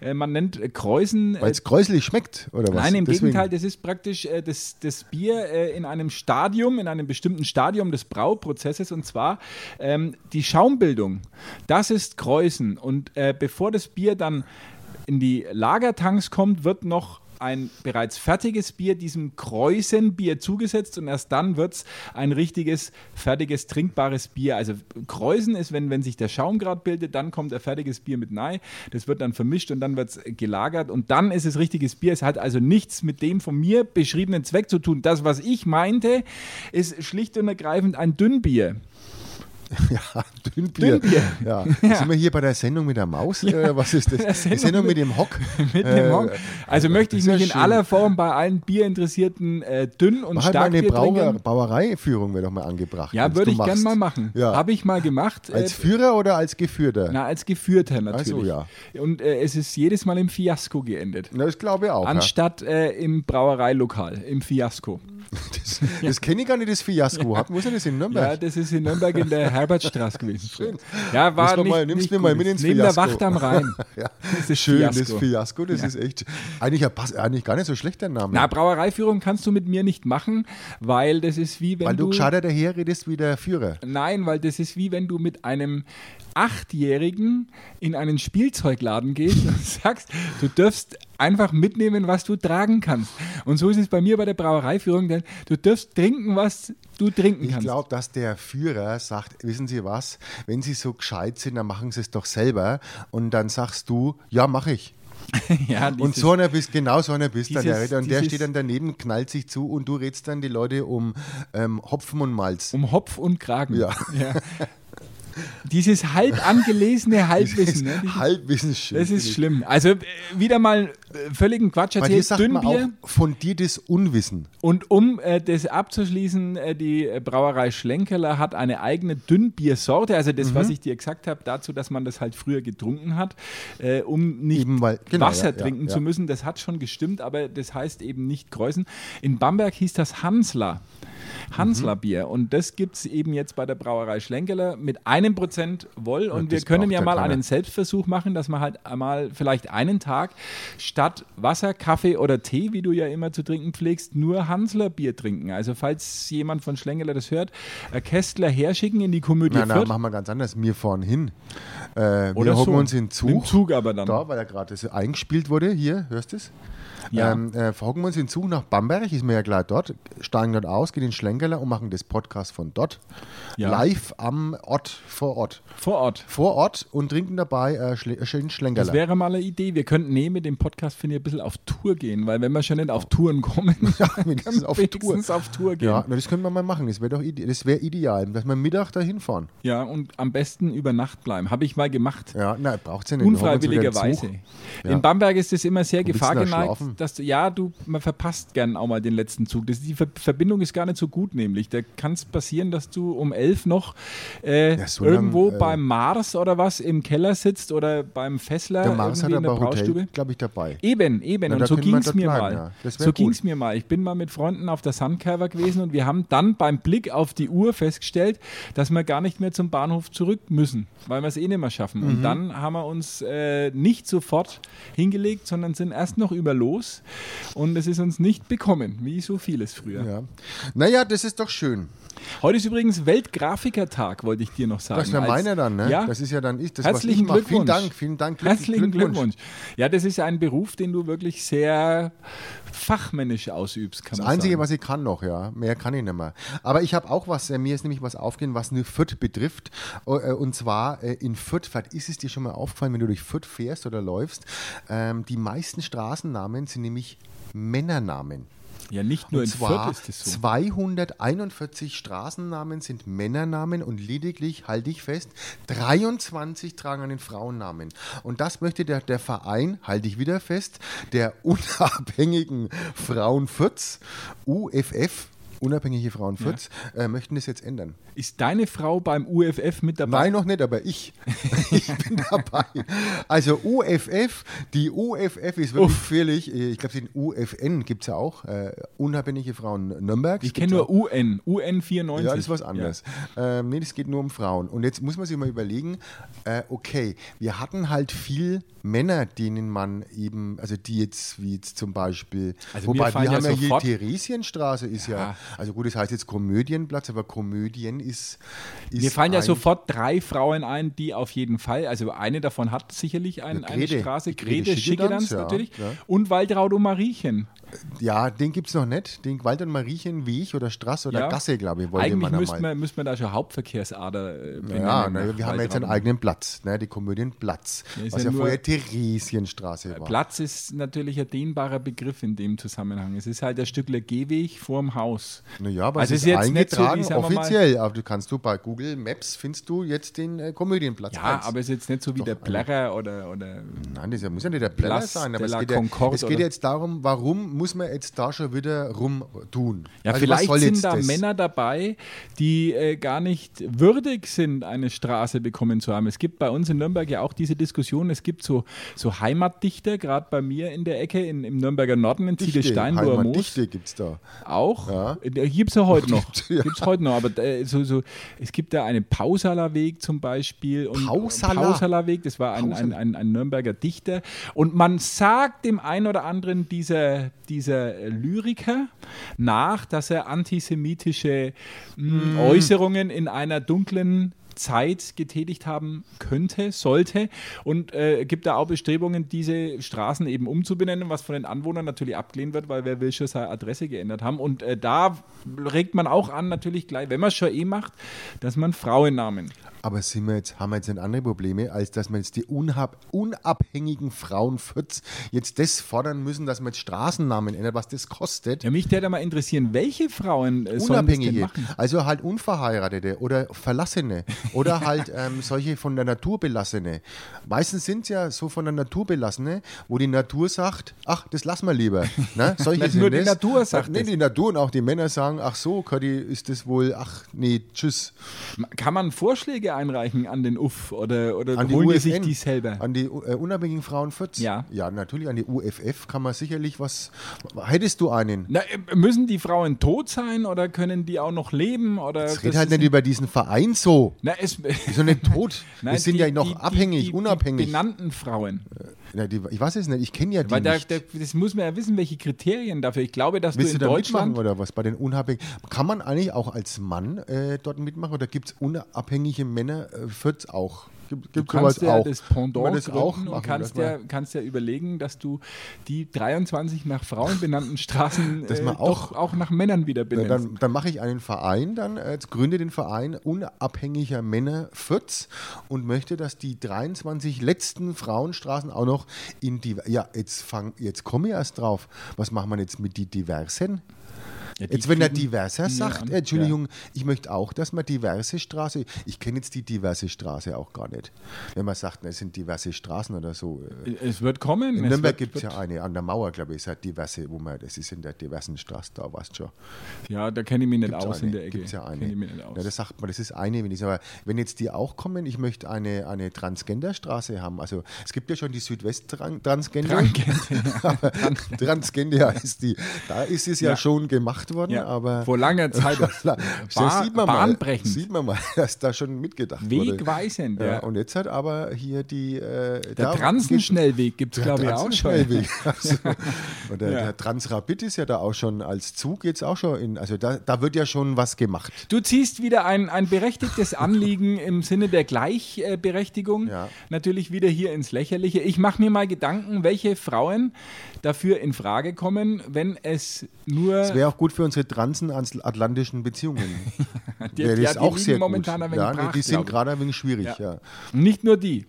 [SPEAKER 2] äh, man nennt äh, Kreuzen. äh,
[SPEAKER 3] Weil es gräuselig schmeckt, oder was?
[SPEAKER 2] Nein, im
[SPEAKER 3] Deswegen.
[SPEAKER 2] Gegenteil, das ist praktisch äh, das, das Bier äh, in einem Stadium, in einem bestimmten Stadium des Brauprozesses und zwar ähm, die Schaumbildung. Das ist Kreuzen und äh, bevor das Bier dann in die Lagertanks kommt, wird noch ein bereits fertiges Bier diesem Kreuzenbier zugesetzt und erst dann wird es ein richtiges, fertiges, trinkbares Bier. Also Kreuzen ist, wenn, wenn sich der Schaum gerade bildet, dann kommt ein fertiges Bier mit Nei, das wird dann vermischt und dann wird es gelagert und dann ist es richtiges Bier. Es hat also nichts mit dem von mir beschriebenen Zweck zu tun. Das, was ich meinte, ist schlicht und ergreifend ein Dünnbier.
[SPEAKER 3] Ja, Dünnbier.
[SPEAKER 2] Dünnbier.
[SPEAKER 3] Ja.
[SPEAKER 2] Ja.
[SPEAKER 3] Sind wir hier bei der Sendung mit der Maus? Äh, was ist das? Die
[SPEAKER 2] Sendung
[SPEAKER 3] Sendung
[SPEAKER 2] mit-
[SPEAKER 3] mit dem Hock?
[SPEAKER 2] Mit dem
[SPEAKER 3] Äh,
[SPEAKER 2] Honk. Also möchte ich
[SPEAKER 3] sehr
[SPEAKER 2] mich in
[SPEAKER 3] schön.
[SPEAKER 2] aller Form bei allen Bierinteressierten äh, dünn und
[SPEAKER 3] Mach halt mal
[SPEAKER 2] stark
[SPEAKER 3] eine Brauer, Brauereiführung wäre doch mal angebracht.
[SPEAKER 2] Ja,
[SPEAKER 3] wenn's
[SPEAKER 2] würde ich
[SPEAKER 3] du
[SPEAKER 2] gern
[SPEAKER 3] machst.
[SPEAKER 2] mal machen.
[SPEAKER 3] Ja.
[SPEAKER 2] Habe ich mal gemacht.
[SPEAKER 3] Als
[SPEAKER 2] äh,
[SPEAKER 3] Führer oder als Geführter?
[SPEAKER 2] na, als Geführter natürlich.
[SPEAKER 3] so, ja.
[SPEAKER 2] Und äh, es ist jedes Mal im Fiasko geendet.
[SPEAKER 3] Na, das glaube ich auch. ja.
[SPEAKER 2] Anstatt äh, im Brauereilokal, im Fiasko.
[SPEAKER 3] Das, das kenne ich gar nicht, das Fiasko. Hatten- Wo ist denn das in Nürnberg?
[SPEAKER 2] Ja, das ist in Nürnberg in der Herbertstraße gewesen. Ja, war
[SPEAKER 3] Müssen wir
[SPEAKER 2] nicht,
[SPEAKER 3] mal- nimmst
[SPEAKER 2] nicht
[SPEAKER 3] mir mal
[SPEAKER 2] gut.
[SPEAKER 3] mit ins
[SPEAKER 2] Neben
[SPEAKER 3] Fiasko.
[SPEAKER 2] der Wacht am Rhein.
[SPEAKER 3] Ja.
[SPEAKER 2] Das ist
[SPEAKER 3] Schön, das
[SPEAKER 2] Fiasko.
[SPEAKER 3] Fiasko, das ist echt. Eigentlich, ja, passt, eigentlich gar nicht so schlecht der Name.
[SPEAKER 2] Na, Brauereiführung kannst du mit mir nicht machen, weil das ist wie wenn
[SPEAKER 3] Weil du gescheiter daherredest wie der Führer.
[SPEAKER 2] Nein, weil das ist wie wenn du mit einem Achtjährigen in einen Spielzeugladen gehst und sagst, du darfst einfach mitnehmen, was du tragen kannst. Und so ist es bei mir bei der Brauereiführung, denn du darfst trinken, was du trinken
[SPEAKER 3] Ich
[SPEAKER 2] kannst.
[SPEAKER 3] glaube, dass der Führer sagt, wissen Sie was, wenn Sie so gescheit sind, dann machen Sie es doch selber. Und dann sagst du, ja, mache ich.
[SPEAKER 2] ja,
[SPEAKER 3] Und so einer bist, genau so einer bist dann der
[SPEAKER 2] dieses-
[SPEAKER 3] Redner. Und der
[SPEAKER 2] dieses-
[SPEAKER 3] steht dann daneben, knallt sich zu und du redst dann die Leute um ähm, Hopfen und Malz.
[SPEAKER 2] um Hopf und Kragen.
[SPEAKER 3] Ja.
[SPEAKER 2] Dieses halb angelesene Halbwissen. Ne? Dieses-
[SPEAKER 3] Halbwissensschild.
[SPEAKER 2] Das ist schlimm. Also äh, wieder mal äh, völligen Quatsch
[SPEAKER 3] Weil hier
[SPEAKER 2] erzählt.
[SPEAKER 3] sagt man auch
[SPEAKER 2] Dünnbier.
[SPEAKER 3] fundiertes Unwissen.
[SPEAKER 2] Und um äh, das abzuschließen, äh, die Brauerei Schlenkerler hat eine eigene Dünnbiersorte, also das,
[SPEAKER 3] Mhm.
[SPEAKER 2] was ich dir gesagt habe, dazu, dass man das halt früher getrunken hat, äh, um nicht
[SPEAKER 3] Eben weil- genau,
[SPEAKER 2] Wasser
[SPEAKER 3] ja, ja,
[SPEAKER 2] trinken
[SPEAKER 3] ja.
[SPEAKER 2] zu müssen. Das hat schon gestimmt, aber das heißt eben nicht Kreuzen. In Bamberg hieß das Hansler. Hansler
[SPEAKER 3] Mhm.
[SPEAKER 2] Bier. Und das gibt es eben jetzt bei der Brauerei Schlenkerler mit einem Prozent Woll. Und wir
[SPEAKER 3] das
[SPEAKER 2] können
[SPEAKER 3] braucht
[SPEAKER 2] ja
[SPEAKER 3] ja
[SPEAKER 2] mal
[SPEAKER 3] keiner.
[SPEAKER 2] einen Selbstversuch machen, dass man halt einmal vielleicht einen Tag statt Wasser, Kaffee oder Tee, wie du ja immer zu trinken pflegst, nur Hansler Bier trinken. Also falls jemand von Schlengeler das hört, äh, Kästler herschicken in die Komödie
[SPEAKER 3] Nein, nein,
[SPEAKER 2] Fürth.
[SPEAKER 3] machen wir ganz anders. Wir fahren hin. Äh, wir
[SPEAKER 2] Oder
[SPEAKER 3] hocken
[SPEAKER 2] so.
[SPEAKER 3] uns in den Zug.
[SPEAKER 2] Im Zug aber dann.
[SPEAKER 3] Da, weil er gerade so eingespielt wurde. Hier, hörst du es?
[SPEAKER 2] Ja.
[SPEAKER 3] Ähm, äh, hocken wir uns den Zug nach Bamberg, ist mir ja klar dort, steigen dort aus, gehen in Schlenkerler und machen das Podcast von dort.
[SPEAKER 2] Ja.
[SPEAKER 3] Live am Ort, vor Ort.
[SPEAKER 2] Vor Ort.
[SPEAKER 3] Vor Ort und trinken dabei äh, Schle- äh, schön
[SPEAKER 2] Das
[SPEAKER 3] Schlenkerler.
[SPEAKER 2] wäre mal eine Idee. Wir könnten neben mit dem Podcast, finde ich, ein bisschen auf Tour gehen, weil wenn wir schon nicht auf Touren kommen,
[SPEAKER 3] mindestens auf
[SPEAKER 2] wenigstens
[SPEAKER 3] Tour.
[SPEAKER 2] auf Tour gehen.
[SPEAKER 3] Ja,
[SPEAKER 2] Ja.
[SPEAKER 3] na, das können wir mal machen. Das wäre doch ide das wär ideal, dass wir Mittag da hinfahren.
[SPEAKER 2] und am besten über Nacht bleiben. Habe ich mal gemacht.
[SPEAKER 3] Ja, nein, braucht ja nicht.
[SPEAKER 2] Unfreiwilligerweise.
[SPEAKER 3] Ja.
[SPEAKER 2] In Bamberg ist es immer sehr
[SPEAKER 3] Wo willst du da
[SPEAKER 2] gefahrgeneigt,
[SPEAKER 3] schlafen?
[SPEAKER 2] dass du, ja, du, man verpasst gern auch mal den letzten Zug. Das, die Ver Verbindung ist gar nicht so gut, nämlich. Da kann es passieren, dass du um elf noch äh,
[SPEAKER 3] Ja, so lang,
[SPEAKER 2] irgendwo
[SPEAKER 3] äh,
[SPEAKER 2] beim Mars oder was im Keller sitzt oder beim Fessler
[SPEAKER 3] Der Mars hat
[SPEAKER 2] irgendwie in der
[SPEAKER 3] aber
[SPEAKER 2] Braustube.
[SPEAKER 3] Hotel, glaube ich, dabei.
[SPEAKER 2] Eben, eben.
[SPEAKER 3] Na,
[SPEAKER 2] und
[SPEAKER 3] da
[SPEAKER 2] so
[SPEAKER 3] können wir
[SPEAKER 2] ging's
[SPEAKER 3] dort
[SPEAKER 2] mir
[SPEAKER 3] bleiben,
[SPEAKER 2] mal.
[SPEAKER 3] ja. Das wär
[SPEAKER 2] So
[SPEAKER 3] gut.
[SPEAKER 2] ging's mir mal. Ich bin mal mit Freunden auf der Sandkerber gewesen und wir haben dann beim Blick auf die Uhr festgestellt, dass wir gar nicht mehr zum Bahnhof zurück müssen, weil wir es eh nicht mehr schaffen.
[SPEAKER 3] Mhm.
[SPEAKER 2] Und dann haben wir uns äh, nicht sofort hingelegt, sondern sind erst noch über los und es ist uns nicht bekommen, wie so vieles früher.
[SPEAKER 3] Ja. Naja, das ist doch schön.
[SPEAKER 2] Heute ist übrigens Weltgrafikertag, wollte ich dir noch sagen.
[SPEAKER 3] Das wäre
[SPEAKER 2] Als-
[SPEAKER 3] meiner dann, ne?
[SPEAKER 2] Ja.
[SPEAKER 3] Das ist ja dann ich. Das, was
[SPEAKER 2] Herzlichen
[SPEAKER 3] ich mache.
[SPEAKER 2] Glückwunsch.
[SPEAKER 3] Vielen Dank, vielen Dank. Glück-
[SPEAKER 2] Herzlichen Glückwunsch. Ja, das ist ein Beruf, den du wirklich sehr fachmännisch ausübst, kann
[SPEAKER 3] Das
[SPEAKER 2] man
[SPEAKER 3] Einzige,
[SPEAKER 2] sagen.
[SPEAKER 3] was ich kann noch, ja. Mehr kann ich nicht mehr. Aber ich habe auch was, äh, mir ist nämlich was aufgehen, was nur Fürth betrifft. Äh, Und zwar äh, in Fürth, vielleicht ist es dir schon mal aufgefallen, wenn du durch Fürth fährst oder läufst, ähm, die meisten Straßennamen sind nämlich Männernamen.
[SPEAKER 2] ja, nicht nur
[SPEAKER 3] Und
[SPEAKER 2] in
[SPEAKER 3] zwar
[SPEAKER 2] Fürth ist es so.
[SPEAKER 3] 241 Straßennamen sind Männernamen und lediglich, halte ich fest, 23 tragen einen Frauennamen. Und das möchte der, der Verein, halte ich wieder fest, der unabhängigen Frauen Fürth, UFF, unabhängige Frauen Fürth, äh, möchten das jetzt ändern.
[SPEAKER 2] Ist deine Frau beim UFF mit dabei?
[SPEAKER 3] Nein, noch nicht, aber ich. Ich bin dabei. Also UFF, die UFF ist wirklich völlig, äh, ich glaube, den UFN gibt es ja auch, äh, unabhängige Frauen Nürnbergs.
[SPEAKER 2] Ich
[SPEAKER 3] Gibt's
[SPEAKER 2] kenne nur UN, UN 94.
[SPEAKER 3] ja, das ist was anderes. Ähm, nee, das geht nur um Frauen. Und jetzt muss man sich mal überlegen, äh, okay, wir hatten halt viel Männer, denen man eben, also die jetzt, wie jetzt zum Beispiel,
[SPEAKER 2] Also mir
[SPEAKER 3] wobei wir
[SPEAKER 2] fallen ja
[SPEAKER 3] haben ja hier
[SPEAKER 2] sofort-
[SPEAKER 3] Theresienstraße ist ja.
[SPEAKER 2] Ja.
[SPEAKER 3] also gut, das heißt jetzt Komödienplatz, aber Komödien ist, ist
[SPEAKER 2] Mir fallen ja
[SPEAKER 3] ein-
[SPEAKER 2] sofort drei Frauen ein, die auf jeden Fall, also eine davon hat sicherlich ein,
[SPEAKER 3] Ja,
[SPEAKER 2] eine
[SPEAKER 3] Grete.
[SPEAKER 2] Straße,
[SPEAKER 3] Die Grete
[SPEAKER 2] Grete Schickedanz
[SPEAKER 3] Schickedanz, ja,
[SPEAKER 2] natürlich,
[SPEAKER 3] ja.
[SPEAKER 2] und Waldraud und Mariechen.
[SPEAKER 3] Ja, den gibt es noch nicht. Den Wald und Mariechen, Weg oder Straße oder
[SPEAKER 2] ja.
[SPEAKER 3] Gasse, glaube ich, wollte
[SPEAKER 2] Eigentlich
[SPEAKER 3] man einmal.
[SPEAKER 2] müsste man, müsste man da schon Hauptverkehrsader äh, benennen.
[SPEAKER 3] Ja,
[SPEAKER 2] nach
[SPEAKER 3] na, wir haben ja jetzt
[SPEAKER 2] Waldraud
[SPEAKER 3] einen
[SPEAKER 2] und
[SPEAKER 3] eigenen Platz, ne, die Komödienplatz,
[SPEAKER 2] Ja, ist
[SPEAKER 3] was
[SPEAKER 2] ja
[SPEAKER 3] ja,
[SPEAKER 2] nur-
[SPEAKER 3] vorher Theresienstraße war.
[SPEAKER 2] Platz ist natürlich ein dehnbarer Begriff in dem Zusammenhang. Es ist halt ein Stückler Gehweg vorm Haus.
[SPEAKER 3] Naja, aber
[SPEAKER 2] Also
[SPEAKER 3] es
[SPEAKER 2] ist
[SPEAKER 3] ist,
[SPEAKER 2] jetzt nicht so wie,
[SPEAKER 3] eingetragen
[SPEAKER 2] sagen wir mal-
[SPEAKER 3] offiziell. Aber du kannst du bei Google Maps findest du jetzt den äh, Komödienplatz.
[SPEAKER 2] Ja,
[SPEAKER 3] eins.
[SPEAKER 2] aber es ist jetzt nicht so wie der Plärrer oder, oder
[SPEAKER 3] Nein, das ist ja- muss ja nicht der Plan
[SPEAKER 2] Place
[SPEAKER 3] sein.
[SPEAKER 2] de
[SPEAKER 3] Aber es
[SPEAKER 2] la
[SPEAKER 3] geht, ja,
[SPEAKER 2] Concorde,
[SPEAKER 3] es geht
[SPEAKER 2] oder?
[SPEAKER 3] ja jetzt darum, warum muss man jetzt da schon wieder rumtun?
[SPEAKER 2] Ja,
[SPEAKER 3] Also was
[SPEAKER 2] vielleicht
[SPEAKER 3] soll
[SPEAKER 2] sind
[SPEAKER 3] jetzt
[SPEAKER 2] da
[SPEAKER 3] das?
[SPEAKER 2] Männer dabei, die äh, gar nicht würdig sind, eine Straße bekommen zu haben. Es gibt bei uns in Nürnberg ja auch diese Diskussion. Es gibt so, so Heimatdichter, gerade bei mir in der Ecke in, im Nürnberger Norden, in
[SPEAKER 3] Dichte,
[SPEAKER 2] Ziegelsteinburger
[SPEAKER 3] Heimat,
[SPEAKER 2] Moos.
[SPEAKER 3] Dichte gibt's da.
[SPEAKER 2] Auch.
[SPEAKER 3] Ja.
[SPEAKER 2] Gibt es ja heute noch.
[SPEAKER 3] Ja.
[SPEAKER 2] Gibt's heute noch. Aber äh, so, so, es gibt da einen Pausalerweg zum Beispiel. Und
[SPEAKER 3] Pausaler?
[SPEAKER 2] Pausalerweg, das war ein, ein, ein, ein Nürnberger Dichter. Und man sagt dem einen oder anderen dieser, dieser Lyriker nach, dass er antisemitische mh, Äußerungen in einer dunklen Zeit getätigt haben könnte, sollte und äh, gibt da auch Bestrebungen, diese Straßen eben umzubenennen, was von den Anwohnern natürlich abgelehnt wird, weil wer will schon seine Adresse geändert haben. Und äh, da regt man auch an, natürlich gleich, wenn man es schon eh macht, dass man Frauennamen.
[SPEAKER 3] Aber sind wir jetzt, haben wir jetzt nicht andere Probleme, als dass wir jetzt die unhab, unabhängigen Frauen Fürth jetzt das fordern müssen, dass man jetzt Straßennamen ändert, was das kostet.
[SPEAKER 2] Ja, mich täte da mal interessieren, welche Frauen äh, sollen das denn
[SPEAKER 3] Unabhängige,
[SPEAKER 2] machen?
[SPEAKER 3] also halt Unverheiratete oder Verlassene oder halt ähm, solche von der Natur belassene. Meistens sind es ja so von der Natur belassene, wo die Natur sagt, ach, das lassen wir lieber. Ne? Solche
[SPEAKER 2] Nicht
[SPEAKER 3] sind
[SPEAKER 2] nur die
[SPEAKER 3] das.
[SPEAKER 2] Natur sagt
[SPEAKER 3] Nee,
[SPEAKER 2] das.
[SPEAKER 3] die Natur und auch die Männer sagen, ach so, Cuddy, ist das wohl, ach nee, tschüss.
[SPEAKER 2] Kann man Vorschläge einreichen an den UF oder, oder
[SPEAKER 3] An die
[SPEAKER 2] holen die
[SPEAKER 3] UFN,
[SPEAKER 2] sich die selber?
[SPEAKER 3] An die äh, unabhängigen Frauen 14.
[SPEAKER 2] Ja.
[SPEAKER 3] Ja, natürlich, an die UFF kann man sicherlich was, hättest du einen?
[SPEAKER 2] Na, äh, müssen die Frauen tot sein oder können die auch noch leben? Oder
[SPEAKER 3] Es redet halt nicht über diesen Verein so.
[SPEAKER 2] Na, es,
[SPEAKER 3] Die sind nicht tot.
[SPEAKER 2] Nein,
[SPEAKER 3] wir sind
[SPEAKER 2] die-
[SPEAKER 3] ja noch
[SPEAKER 2] die- die-
[SPEAKER 3] abhängig,
[SPEAKER 2] die,
[SPEAKER 3] unabhängig.
[SPEAKER 2] Die benannten Frauen.
[SPEAKER 3] Na, die, ich weiß es nicht, ich kenne ja die
[SPEAKER 2] Weil da,
[SPEAKER 3] nicht.
[SPEAKER 2] da, das muss man ja wissen, welche Kriterien dafür. Ich glaube, dass
[SPEAKER 3] Willst
[SPEAKER 2] du
[SPEAKER 3] du
[SPEAKER 2] in
[SPEAKER 3] da mitmachen
[SPEAKER 2] Deutschland.
[SPEAKER 3] oder was? Bei den unabhängigen. Kann man eigentlich auch als Mann äh, dort mitmachen oder gibt es unabhängige Männer äh, 40 auch? Gibt,
[SPEAKER 2] Du
[SPEAKER 3] gibt
[SPEAKER 2] kannst
[SPEAKER 3] sowas
[SPEAKER 2] ja
[SPEAKER 3] auch.
[SPEAKER 2] das
[SPEAKER 3] Kann
[SPEAKER 2] Pendant
[SPEAKER 3] man das auch
[SPEAKER 2] gründen
[SPEAKER 3] machen,
[SPEAKER 2] und kannst
[SPEAKER 3] dass
[SPEAKER 2] ja,
[SPEAKER 3] man-
[SPEAKER 2] kannst ja überlegen, dass du die 23 nach Frauen benannten Straßen äh,
[SPEAKER 3] Dass man
[SPEAKER 2] doch
[SPEAKER 3] auch-
[SPEAKER 2] auch nach Männern wieder
[SPEAKER 3] Na,
[SPEAKER 2] benennst.
[SPEAKER 3] dann dann mache ich einen Verein, dann äh, jetzt gründe den Verein unabhängiger Männer Fürth und möchte, dass die 23 letzten Frauenstraßen auch noch in die. Ja, jetzt, fang, jetzt komme ich erst drauf. Was machen wir jetzt mit die Diversen?
[SPEAKER 2] Ja, die
[SPEAKER 3] Jetzt, wenn er
[SPEAKER 2] kriegen-
[SPEAKER 3] diverser
[SPEAKER 2] Nee,
[SPEAKER 3] sagt,
[SPEAKER 2] an-
[SPEAKER 3] äh, Entschuldigung, ich möchte auch, dass man diverse Straße, ich kenne jetzt die diverse Straße auch gar nicht. Wenn man sagt, na, es sind diverse Straßen oder so. äh,
[SPEAKER 2] Es wird kommen.
[SPEAKER 3] In
[SPEAKER 2] es
[SPEAKER 3] Nürnberg
[SPEAKER 2] wird-
[SPEAKER 3] gibt es ja eine an der Mauer, glaube ich, ist halt diverse, wo man, das ist in der diversen Straße, da warst schon.
[SPEAKER 2] Ja, da kenne ich mich nicht
[SPEAKER 3] Gibt's
[SPEAKER 2] aus
[SPEAKER 3] eine,
[SPEAKER 2] in der Ecke.
[SPEAKER 3] Gibt's ja eine.
[SPEAKER 2] Kenne ich mich nicht aus.
[SPEAKER 3] Ja, das sagt man, das ist eine wenigstens. Aber wenn jetzt die auch kommen, ich möchte eine, eine Transgender-Straße haben. Also es gibt ja schon die Südwest-Transgender. Transgender ist die. Da ist es ja,
[SPEAKER 2] Ja.
[SPEAKER 3] schon gemacht worden,
[SPEAKER 2] Ja,
[SPEAKER 3] aber.
[SPEAKER 2] vor langer Zeit.
[SPEAKER 3] Da
[SPEAKER 2] Bahn-
[SPEAKER 3] sieht man mal,
[SPEAKER 2] bahnbrechend.
[SPEAKER 3] sieht man mal, dass da schon mitgedacht wurde.
[SPEAKER 2] Wegweisend,
[SPEAKER 3] Ja,
[SPEAKER 2] ja.
[SPEAKER 3] Und jetzt hat aber hier die. Äh,
[SPEAKER 2] Der Transenschnellweg gibt es, glaube ich, auch schon.
[SPEAKER 3] Transenschnellweg. Also, und der,
[SPEAKER 2] Ja.
[SPEAKER 3] der Transrapid ist ja da auch schon als Zug jetzt auch schon in, also da, da wird ja schon was gemacht.
[SPEAKER 2] Du ziehst wieder ein, ein berechtigtes Anliegen im Sinne der Gleichberechtigung
[SPEAKER 3] Ja.
[SPEAKER 2] natürlich wieder hier ins Lächerliche. Ich mache mir mal Gedanken, welche Frauen dafür in Frage kommen, wenn es nur
[SPEAKER 3] Das wäre auch gut für unsere transatlantischen Beziehungen.
[SPEAKER 2] Die-
[SPEAKER 3] Wäre
[SPEAKER 2] ja,
[SPEAKER 3] das
[SPEAKER 2] die
[SPEAKER 3] auch
[SPEAKER 2] liegen
[SPEAKER 3] sehr
[SPEAKER 2] momentan ein
[SPEAKER 3] gut.
[SPEAKER 2] wenig
[SPEAKER 3] Ja, nee,
[SPEAKER 2] brach,
[SPEAKER 3] die
[SPEAKER 2] glaub
[SPEAKER 3] sind
[SPEAKER 2] ich.
[SPEAKER 3] gerade ein wenig schwierig. Ja. Ja.
[SPEAKER 2] nicht nur die.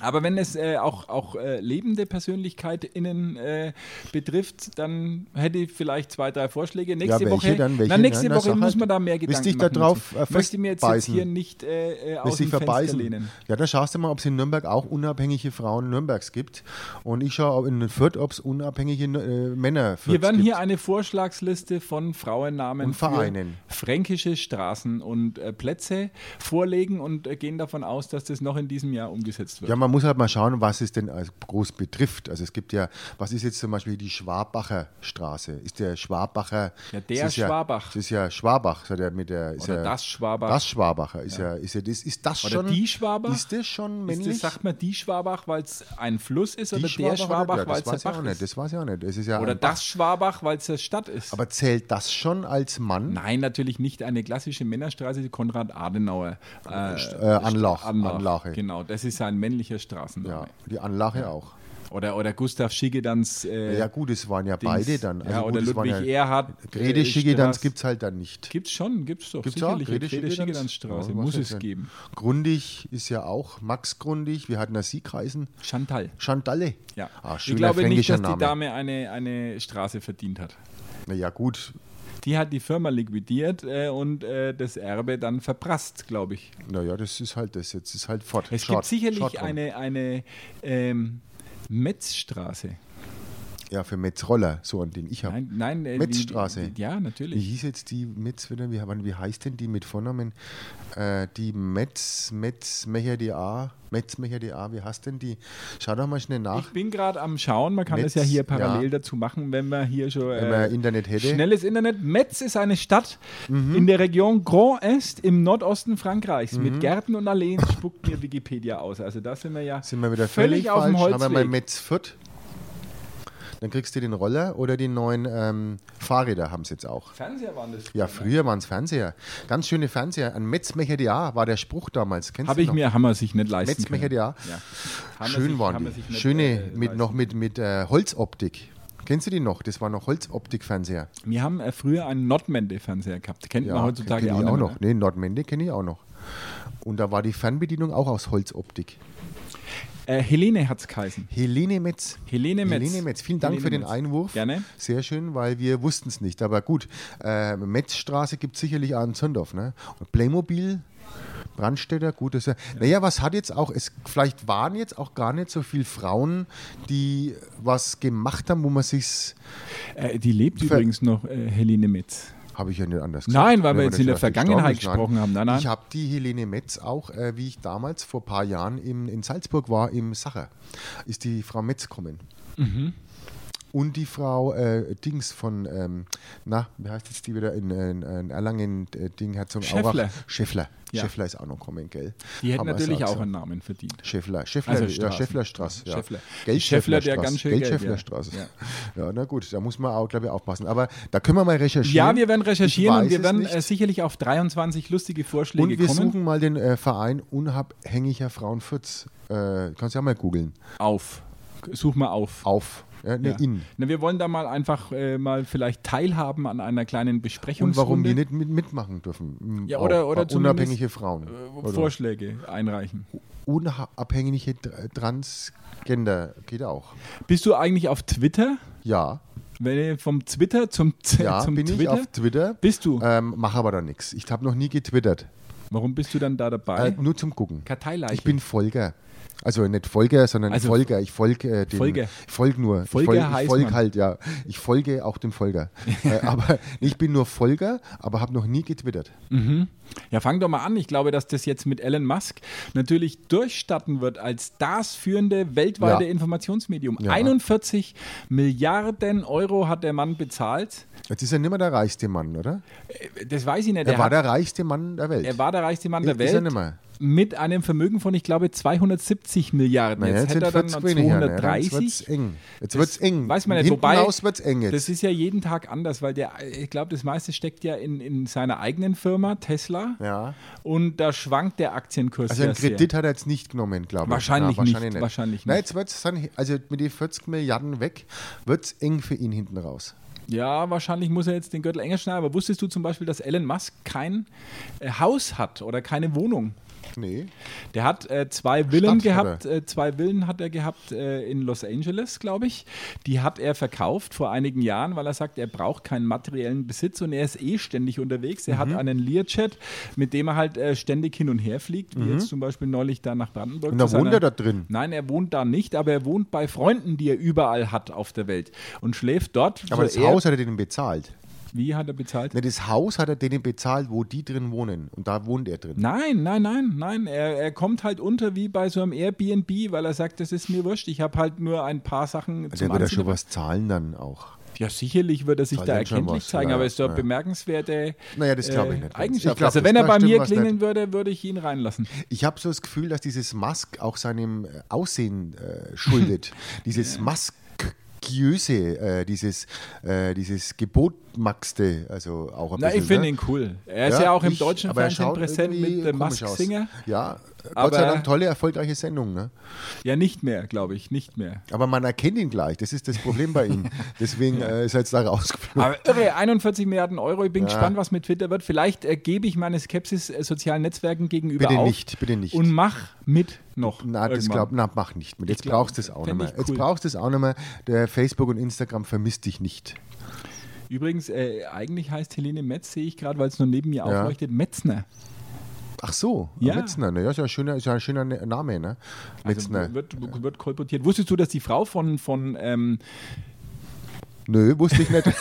[SPEAKER 2] Aber wenn es äh, auch, auch äh, lebende PersönlichkeitInnen äh, betrifft, dann hätte ich vielleicht zwei, drei Vorschläge. Nächste
[SPEAKER 3] Ja, welche
[SPEAKER 2] Woche,
[SPEAKER 3] dann? Welche?
[SPEAKER 2] Na, nächste
[SPEAKER 3] Nein, das
[SPEAKER 2] Woche
[SPEAKER 3] sag
[SPEAKER 2] muss
[SPEAKER 3] halt.
[SPEAKER 2] man da mehr Gedanken
[SPEAKER 3] Willst dich da
[SPEAKER 2] machen.
[SPEAKER 3] drauf, äh,
[SPEAKER 2] Ich möchte mir jetzt, jetzt
[SPEAKER 3] festbeißen?
[SPEAKER 2] hier nicht äh, äh, aus
[SPEAKER 3] Willst
[SPEAKER 2] dem
[SPEAKER 3] dich
[SPEAKER 2] Fenster
[SPEAKER 3] verbeißen.
[SPEAKER 2] lehnen.
[SPEAKER 3] Ja, dann schaust du mal, ob es in Nürnberg auch unabhängige Frauen Nürnbergs gibt. Und ich schaue in Fürth, ob es unabhängige äh, Männer Fürths
[SPEAKER 2] Wir werden
[SPEAKER 3] gibt.
[SPEAKER 2] hier eine Vorschlagsliste von Frauennamen
[SPEAKER 3] Und Vereinen.
[SPEAKER 2] für fränkische Straßen und äh, Plätze vorlegen und äh, gehen davon aus, dass das noch in diesem Jahr umgesetzt wird.
[SPEAKER 3] Ja, man muss halt mal schauen, was es denn als groß betrifft. Also es gibt ja, was ist jetzt zum Beispiel die Schwabacher Straße? Ist der Schwabacher?
[SPEAKER 2] Ja, der
[SPEAKER 3] es ist
[SPEAKER 2] Schwabach.
[SPEAKER 3] Ja, das ist ja Schwabach, so der mit der. Ist
[SPEAKER 2] Oder
[SPEAKER 3] ja,
[SPEAKER 2] das Schwabach.
[SPEAKER 3] Das Schwabacher ist ja, ist ja das ist das
[SPEAKER 2] Oder
[SPEAKER 3] schon.
[SPEAKER 2] die Schwabach?
[SPEAKER 3] Ist das schon
[SPEAKER 2] Ist
[SPEAKER 3] männlich?
[SPEAKER 2] das, sagt man die Schwabach, weil es ein Fluss ist,
[SPEAKER 3] Die
[SPEAKER 2] oder der
[SPEAKER 3] Schwabach
[SPEAKER 2] Schwabach, weil es
[SPEAKER 3] oder- ja,
[SPEAKER 2] der
[SPEAKER 3] das weiß ich
[SPEAKER 2] Bach
[SPEAKER 3] auch nicht.
[SPEAKER 2] ist?
[SPEAKER 3] Das weiß ich auch nicht. Das ist ja
[SPEAKER 2] Oder
[SPEAKER 3] ein Bach.
[SPEAKER 2] das Schwabach, weil es eine Stadt ist?
[SPEAKER 3] Aber zählt das schon als Mann?
[SPEAKER 2] Nein, natürlich nicht eine klassische Männerstraße, die Konrad-Adenauer äh,
[SPEAKER 3] Äh, Anlach,
[SPEAKER 2] Anlach.
[SPEAKER 3] Anlache.
[SPEAKER 2] Genau, das ist ein männlicher Straßenname.
[SPEAKER 3] Ja, die Anlache auch.
[SPEAKER 2] Oder, oder Gustav Schigedans. Äh,
[SPEAKER 3] Ja gut, es waren ja
[SPEAKER 2] Dings.
[SPEAKER 3] beide dann. Also
[SPEAKER 2] ja,
[SPEAKER 3] gut,
[SPEAKER 2] oder
[SPEAKER 3] es waren
[SPEAKER 2] Ludwig
[SPEAKER 3] ja,
[SPEAKER 2] Erhard.
[SPEAKER 3] Grede
[SPEAKER 2] äh,
[SPEAKER 3] Schigedans
[SPEAKER 2] Straß-
[SPEAKER 3] gibt es halt dann nicht.
[SPEAKER 2] Gibt's schon, gibt's doch.
[SPEAKER 3] Gibt's
[SPEAKER 2] sicherlich.
[SPEAKER 3] auch? Grede Schigedans?
[SPEAKER 2] Straße
[SPEAKER 3] Ja, was
[SPEAKER 2] muss
[SPEAKER 3] ist
[SPEAKER 2] es
[SPEAKER 3] denn?
[SPEAKER 2] geben.
[SPEAKER 3] Grundig ist ja auch Max Grundig. Wir hatten ja Siegreisen.
[SPEAKER 2] Chantal.
[SPEAKER 3] Chantalle.
[SPEAKER 2] Ja.
[SPEAKER 3] Ah, schöner
[SPEAKER 2] ich glaube nicht,
[SPEAKER 3] fränkischer
[SPEAKER 2] dass die
[SPEAKER 3] Name.
[SPEAKER 2] Dame eine, eine Straße verdient hat.
[SPEAKER 3] Na ja, gut.
[SPEAKER 2] Die hat die Firma liquidiert äh, und äh, das Erbe dann verprasst, glaube ich.
[SPEAKER 3] Naja, das ist halt das. Jetzt ist halt fort.
[SPEAKER 2] Es
[SPEAKER 3] Short-
[SPEAKER 2] gibt sicherlich
[SPEAKER 3] Short Run.
[SPEAKER 2] eine, eine ähm, Metzstraße.
[SPEAKER 3] Ja, für Metzroller, so einen, den ich habe.
[SPEAKER 2] Nein, nein. äh,
[SPEAKER 3] Metzstraße.
[SPEAKER 2] die- die- Ja,
[SPEAKER 3] Wie
[SPEAKER 2] natürlich.
[SPEAKER 3] hieß jetzt die Metz wieder? Wie, wann- wie heißt denn die mit Vornamen? Äh, die Metz, Metz, Mecher DA. Metz, Mecher DA. Wie heißt denn die? Schau doch mal schnell
[SPEAKER 2] Ich
[SPEAKER 3] nach.
[SPEAKER 2] bin gerade am Schauen, man kann
[SPEAKER 3] Metz,
[SPEAKER 2] das ja hier parallel
[SPEAKER 3] ja.
[SPEAKER 2] dazu machen, wenn man hier schon äh,
[SPEAKER 3] Wenn man Internet hätte.
[SPEAKER 2] Schnelles Internet. Metz ist eine Stadt
[SPEAKER 3] Mhm.
[SPEAKER 2] in der Region Grand Est im Nordosten Frankreichs
[SPEAKER 3] Mhm.
[SPEAKER 2] mit Gärten und Alleen, spuckt mir Wikipedia aus. Also da sind wir ja
[SPEAKER 3] Sind wir wieder
[SPEAKER 2] Völlig
[SPEAKER 3] völlig,
[SPEAKER 2] auf dem
[SPEAKER 3] falsch. Haben wir mal
[SPEAKER 2] Holzweg.
[SPEAKER 3] Metz Fürth. Dann kriegst du den Roller oder die neuen ähm, Fahrräder haben sie jetzt auch.
[SPEAKER 2] Fernseher waren das.
[SPEAKER 3] Ja, früher waren es Fernseher. Ganz schöne Fernseher. Ein Metzmecher war der Spruch damals. Kennst
[SPEAKER 2] Habe
[SPEAKER 3] du
[SPEAKER 2] ich
[SPEAKER 3] noch?
[SPEAKER 2] mir, haben wir sich nicht leisten
[SPEAKER 3] Metzmecher
[SPEAKER 2] können.
[SPEAKER 3] DA.
[SPEAKER 2] Ja. Haben wir
[SPEAKER 3] Schön
[SPEAKER 2] sich- haben
[SPEAKER 3] waren
[SPEAKER 2] wir
[SPEAKER 3] die.
[SPEAKER 2] sich nicht,
[SPEAKER 3] Schöne,
[SPEAKER 2] äh,
[SPEAKER 3] mit, noch mit, mit äh, Holzoptik. Kennst du die noch? Das war noch Holzoptik-Fernseher.
[SPEAKER 2] Wir haben äh, früher einen Nordmende-Fernseher gehabt. Kennt man heutzutage
[SPEAKER 3] kenn
[SPEAKER 2] auch,
[SPEAKER 3] ich
[SPEAKER 2] nicht
[SPEAKER 3] auch
[SPEAKER 2] mehr,
[SPEAKER 3] noch. Nee, Nordmende kenne ich auch noch. Und da war die Fernbedienung auch aus Holzoptik.
[SPEAKER 2] ne? Äh, Helene hat es geheißen.
[SPEAKER 3] Helene Metz.
[SPEAKER 2] Helene Metz.
[SPEAKER 3] Helene Metz. Vielen Dank
[SPEAKER 2] Helene
[SPEAKER 3] für den
[SPEAKER 2] Metz.
[SPEAKER 3] Einwurf.
[SPEAKER 2] Gerne.
[SPEAKER 3] Sehr schön, weil wir wussten es nicht. Aber gut, äh, Metzstraße gibt es sicherlich auch in Zündorf. Ne? Und Playmobil, Brandstätter, gut. Das, ja. Naja, was hat jetzt auch, es, vielleicht waren jetzt auch gar nicht so viele Frauen, die was gemacht haben, wo man sich,
[SPEAKER 2] Äh, die lebt
[SPEAKER 3] Ver-
[SPEAKER 2] übrigens noch, äh, Helene Metz.
[SPEAKER 3] habe ich ja nicht anders
[SPEAKER 2] Nein, weil
[SPEAKER 3] Wenn
[SPEAKER 2] wir
[SPEAKER 3] man
[SPEAKER 2] jetzt
[SPEAKER 3] das
[SPEAKER 2] in der
[SPEAKER 3] sagt, die
[SPEAKER 2] Vergangenheit
[SPEAKER 3] gestorben ist,
[SPEAKER 2] gesprochen haben. Nein,
[SPEAKER 3] Ich
[SPEAKER 2] nein.
[SPEAKER 3] habe die Helene Metz auch, äh, wie ich damals vor ein paar
[SPEAKER 2] Mhm.
[SPEAKER 3] Jahren im, in Salzburg war, im Sacher, ist die Frau Metz gekommen. Und die Frau äh, Dings von, ähm, na, wie heißt jetzt die wieder in, in, in Erlangen, äh, Ding, Herzog
[SPEAKER 2] Schäffler.
[SPEAKER 3] Schäffler.
[SPEAKER 2] Ja.
[SPEAKER 3] Schäffler ist auch noch kommen, gell?
[SPEAKER 2] Die hätten
[SPEAKER 3] Haben wir
[SPEAKER 2] natürlich
[SPEAKER 3] gesagt,
[SPEAKER 2] auch
[SPEAKER 3] ja.
[SPEAKER 2] einen Namen verdient.
[SPEAKER 3] Schäffler, Schäffler,
[SPEAKER 2] Also
[SPEAKER 3] ja,
[SPEAKER 2] Straßen.
[SPEAKER 3] Schäfflerstraße. Ja.
[SPEAKER 2] Schäffler.
[SPEAKER 3] Gell,
[SPEAKER 2] Schäffler, der
[SPEAKER 3] Schäfflerstraße,
[SPEAKER 2] ganz schön
[SPEAKER 3] Gell,
[SPEAKER 2] Geld, ja.
[SPEAKER 3] Schäfflerstraße. Ja. na gut, da muss man auch, glaube ich, aufpassen. Aber da können wir mal recherchieren.
[SPEAKER 2] Ja, wir werden
[SPEAKER 3] Ich
[SPEAKER 2] recherchieren
[SPEAKER 3] weiß
[SPEAKER 2] und wir
[SPEAKER 3] es
[SPEAKER 2] werden
[SPEAKER 3] nicht.
[SPEAKER 2] äh, sicherlich auf 23 lustige Vorschläge
[SPEAKER 3] Und wir
[SPEAKER 2] kommen.
[SPEAKER 3] suchen mal den äh, Verein unabhängiger Frauen Fürth. Äh, kannst ja mal googeln.
[SPEAKER 2] auf. Such mal auf.
[SPEAKER 3] Auf. Ja, ne,
[SPEAKER 2] Ja.
[SPEAKER 3] in.
[SPEAKER 2] Na, wir wollen da mal einfach äh, mal vielleicht teilhaben an einer kleinen
[SPEAKER 3] Und
[SPEAKER 2] Besprechungsrunde.
[SPEAKER 3] warum die nicht mit, mitmachen dürfen. Mhm,
[SPEAKER 2] Ja,
[SPEAKER 3] auch.
[SPEAKER 2] oder- oder
[SPEAKER 3] Auch unabhängige Frauen.
[SPEAKER 2] Äh,
[SPEAKER 3] Oder
[SPEAKER 2] Vorschläge einreichen.
[SPEAKER 3] unabhängige Tr- Transgender geht auch.
[SPEAKER 2] Bist du eigentlich auf Twitter?
[SPEAKER 3] Ja,
[SPEAKER 2] Wenn ihr vom Twitter zum, Z-
[SPEAKER 3] ja
[SPEAKER 2] zum
[SPEAKER 3] bin ich
[SPEAKER 2] Twitter?
[SPEAKER 3] auf Twitter.
[SPEAKER 2] Bist du?
[SPEAKER 3] Ähm, Mache aber da nichts. Ich habe noch nie getwittert.
[SPEAKER 2] Warum bist du dann da dabei?
[SPEAKER 3] Äh, nur zum Gucken.
[SPEAKER 2] Karteileiche.
[SPEAKER 3] Ich bin Folger. Also nicht Folger, sondern
[SPEAKER 2] Also-
[SPEAKER 3] Folger. Ich folge äh, dem.
[SPEAKER 2] Folger.
[SPEAKER 3] Ich folge
[SPEAKER 2] Folger
[SPEAKER 3] nur. ich folge
[SPEAKER 2] heißt
[SPEAKER 3] folg
[SPEAKER 2] man.
[SPEAKER 3] halt, ja. Ich folge auch dem Folger. äh, aber ich bin nur Folger, aber habe noch nie getwittert.
[SPEAKER 2] Ja, fang doch mal an. Ich glaube, dass das jetzt mit Elon Musk natürlich durchstatten wird als das führende weltweite
[SPEAKER 3] Ja.
[SPEAKER 2] Informationsmedium.
[SPEAKER 3] Ja.
[SPEAKER 2] 41 Milliarden Euro hat der Mann bezahlt.
[SPEAKER 3] Jetzt ist er nicht mehr der reichste Mann, oder?
[SPEAKER 2] Äh, Das weiß ich nicht.
[SPEAKER 3] Er
[SPEAKER 2] Er
[SPEAKER 3] war
[SPEAKER 2] hat-
[SPEAKER 3] der reichste Mann der Welt.
[SPEAKER 2] er war der reichste Mann der
[SPEAKER 3] Ist er
[SPEAKER 2] Welt
[SPEAKER 3] nicht mehr.
[SPEAKER 2] mit einem Vermögen von, ich glaube, 270 Milliarden.
[SPEAKER 3] Naja,
[SPEAKER 2] jetzt hätte er dann noch
[SPEAKER 3] weniger, ne? Jetzt wird
[SPEAKER 2] 230.
[SPEAKER 3] es eng. Jetzt
[SPEAKER 2] Das
[SPEAKER 3] wird es eng.
[SPEAKER 2] Weiß man nicht.
[SPEAKER 3] Hinten
[SPEAKER 2] Wobei,
[SPEAKER 3] raus wird es eng jetzt.
[SPEAKER 2] Das ist ja jeden Tag anders, weil der, ich glaube, das meiste steckt ja in, in seiner eigenen Firma, Tesla.
[SPEAKER 3] ja.
[SPEAKER 2] Und da schwankt der Aktienkurs.
[SPEAKER 3] Also
[SPEAKER 2] ja
[SPEAKER 3] einen
[SPEAKER 2] sehr.
[SPEAKER 3] Kredit hat er jetzt nicht genommen, glaube ich.
[SPEAKER 2] Wahrscheinlich
[SPEAKER 3] Na,
[SPEAKER 2] nicht, wahrscheinlich
[SPEAKER 3] Na,
[SPEAKER 2] nicht.
[SPEAKER 3] jetzt wird's dann, also mit den 40 Milliarden weg, wird es eng für ihn hinten raus.
[SPEAKER 2] Ja, wahrscheinlich muss er jetzt den Gürtel enger schneiden. Aber wusstest du zum Beispiel, dass Elon Musk kein äh, Haus hat oder keine Wohnung?
[SPEAKER 3] Nee.
[SPEAKER 2] Der hat äh, zwei Villen
[SPEAKER 3] Stadt hat
[SPEAKER 2] gehabt, äh, zwei Villen hat er gehabt äh, in Los Angeles, glaube ich. Die hat er verkauft vor einigen Jahren, weil er sagt, er braucht keinen materiellen Besitz und er ist eh ständig unterwegs. Er hat
[SPEAKER 3] Mhm.
[SPEAKER 2] einen Learjet, mit dem er halt äh, ständig hin und her fliegt, wie jetzt zum Beispiel neulich da nach Brandenburg.
[SPEAKER 3] Mhm. Und da
[SPEAKER 2] zu
[SPEAKER 3] wohnt
[SPEAKER 2] seiner-
[SPEAKER 3] er da drin.
[SPEAKER 2] Nein, er wohnt da nicht, aber er wohnt bei Freunden, die er überall hat auf der Welt und schläft dort.
[SPEAKER 3] Aber
[SPEAKER 2] wo
[SPEAKER 3] das
[SPEAKER 2] Also er,
[SPEAKER 3] Haus hat er denen bezahlt.
[SPEAKER 2] Wie hat er bezahlt?
[SPEAKER 3] Ne, das Haus hat er denen bezahlt, wo die drin wohnen. Und da wohnt er drin.
[SPEAKER 2] Nein, nein, nein, nein. Er, er kommt halt unter wie bei so einem Airbnb, weil er sagt, das ist mir wurscht. Ich habe halt nur ein paar Sachen
[SPEAKER 3] Also
[SPEAKER 2] zum
[SPEAKER 3] der wird er
[SPEAKER 2] Anziehen
[SPEAKER 3] schon was zahlen dann auch.
[SPEAKER 2] Ja, sicherlich wird er sich
[SPEAKER 3] Soll
[SPEAKER 2] da
[SPEAKER 3] denn schon
[SPEAKER 2] erkenntlich
[SPEAKER 3] was?
[SPEAKER 2] zeigen,
[SPEAKER 3] Ja,
[SPEAKER 2] aber es ist doch
[SPEAKER 3] ja.
[SPEAKER 2] bemerkenswerte
[SPEAKER 3] Naja, das glaub ich nicht ganz.
[SPEAKER 2] Eigenschaft.
[SPEAKER 3] Ich glaub,
[SPEAKER 2] also
[SPEAKER 3] das-
[SPEAKER 2] wenn er
[SPEAKER 3] da
[SPEAKER 2] bei
[SPEAKER 3] stimmt
[SPEAKER 2] mir
[SPEAKER 3] was
[SPEAKER 2] klingeln
[SPEAKER 3] nicht.
[SPEAKER 2] würde, würde ich ihn reinlassen.
[SPEAKER 3] Ich habe so das Gefühl, dass dieses Musk auch seinem äh, Aussehen äh, schuldet. dieses Masköse, äh, dieses, äh, dieses Gebotmaxte, also auch ein
[SPEAKER 2] Na, ich
[SPEAKER 3] bisschen.
[SPEAKER 2] finde
[SPEAKER 3] ne?
[SPEAKER 2] ihn cool. Er ist ja, auch im
[SPEAKER 3] ich-
[SPEAKER 2] deutschen
[SPEAKER 3] aber er
[SPEAKER 2] Fernsehen
[SPEAKER 3] schaut
[SPEAKER 2] präsent
[SPEAKER 3] irgendwie
[SPEAKER 2] mit äh, The
[SPEAKER 3] komisch
[SPEAKER 2] Mask
[SPEAKER 3] aus.
[SPEAKER 2] Singer.
[SPEAKER 3] Ja, Gott
[SPEAKER 2] Aber-
[SPEAKER 3] sei Dank tolle, erfolgreiche Sendung. Ne?
[SPEAKER 2] Ja, nicht mehr, glaube ich, nicht mehr.
[SPEAKER 3] Aber man erkennt ihn gleich, das ist das Problem bei ihm. Deswegen äh, ist er jetzt da rausgeflogen.
[SPEAKER 2] Aber irre, 41 Milliarden Euro. Ich bin gespannt, was mit Twitter wird. Vielleicht äh, gebe ich meine Skepsis äh, sozialen Netzwerken gegenüber
[SPEAKER 3] Bitte
[SPEAKER 2] auf
[SPEAKER 3] nicht, bitte nicht.
[SPEAKER 2] und mach mit noch.
[SPEAKER 3] Na, das
[SPEAKER 2] irgendwann.
[SPEAKER 3] glaub, na, mach nicht mit. Jetzt
[SPEAKER 2] glaub,
[SPEAKER 3] brauchst du es auch nicht
[SPEAKER 2] fänd
[SPEAKER 3] mehr.
[SPEAKER 2] ich
[SPEAKER 3] Jetzt
[SPEAKER 2] cool.
[SPEAKER 3] brauchst du es auch nicht mehr. Der Facebook und Instagram vermisst dich nicht.
[SPEAKER 2] Übrigens, äh, eigentlich heißt Helene Metz, sehe ich gerade, weil es nur neben mir aufleuchtet, Metzner.
[SPEAKER 3] Ach so,
[SPEAKER 2] Ja. Also
[SPEAKER 3] Metzner. Na, ne? ja, ist ja ein schöner, ist ja ein schöner Ne- Name, ne? Metzner.
[SPEAKER 2] Wird, wird kolportiert. Wusstest du, dass die Frau von, von ähm,
[SPEAKER 3] Nö, wusste ich nicht.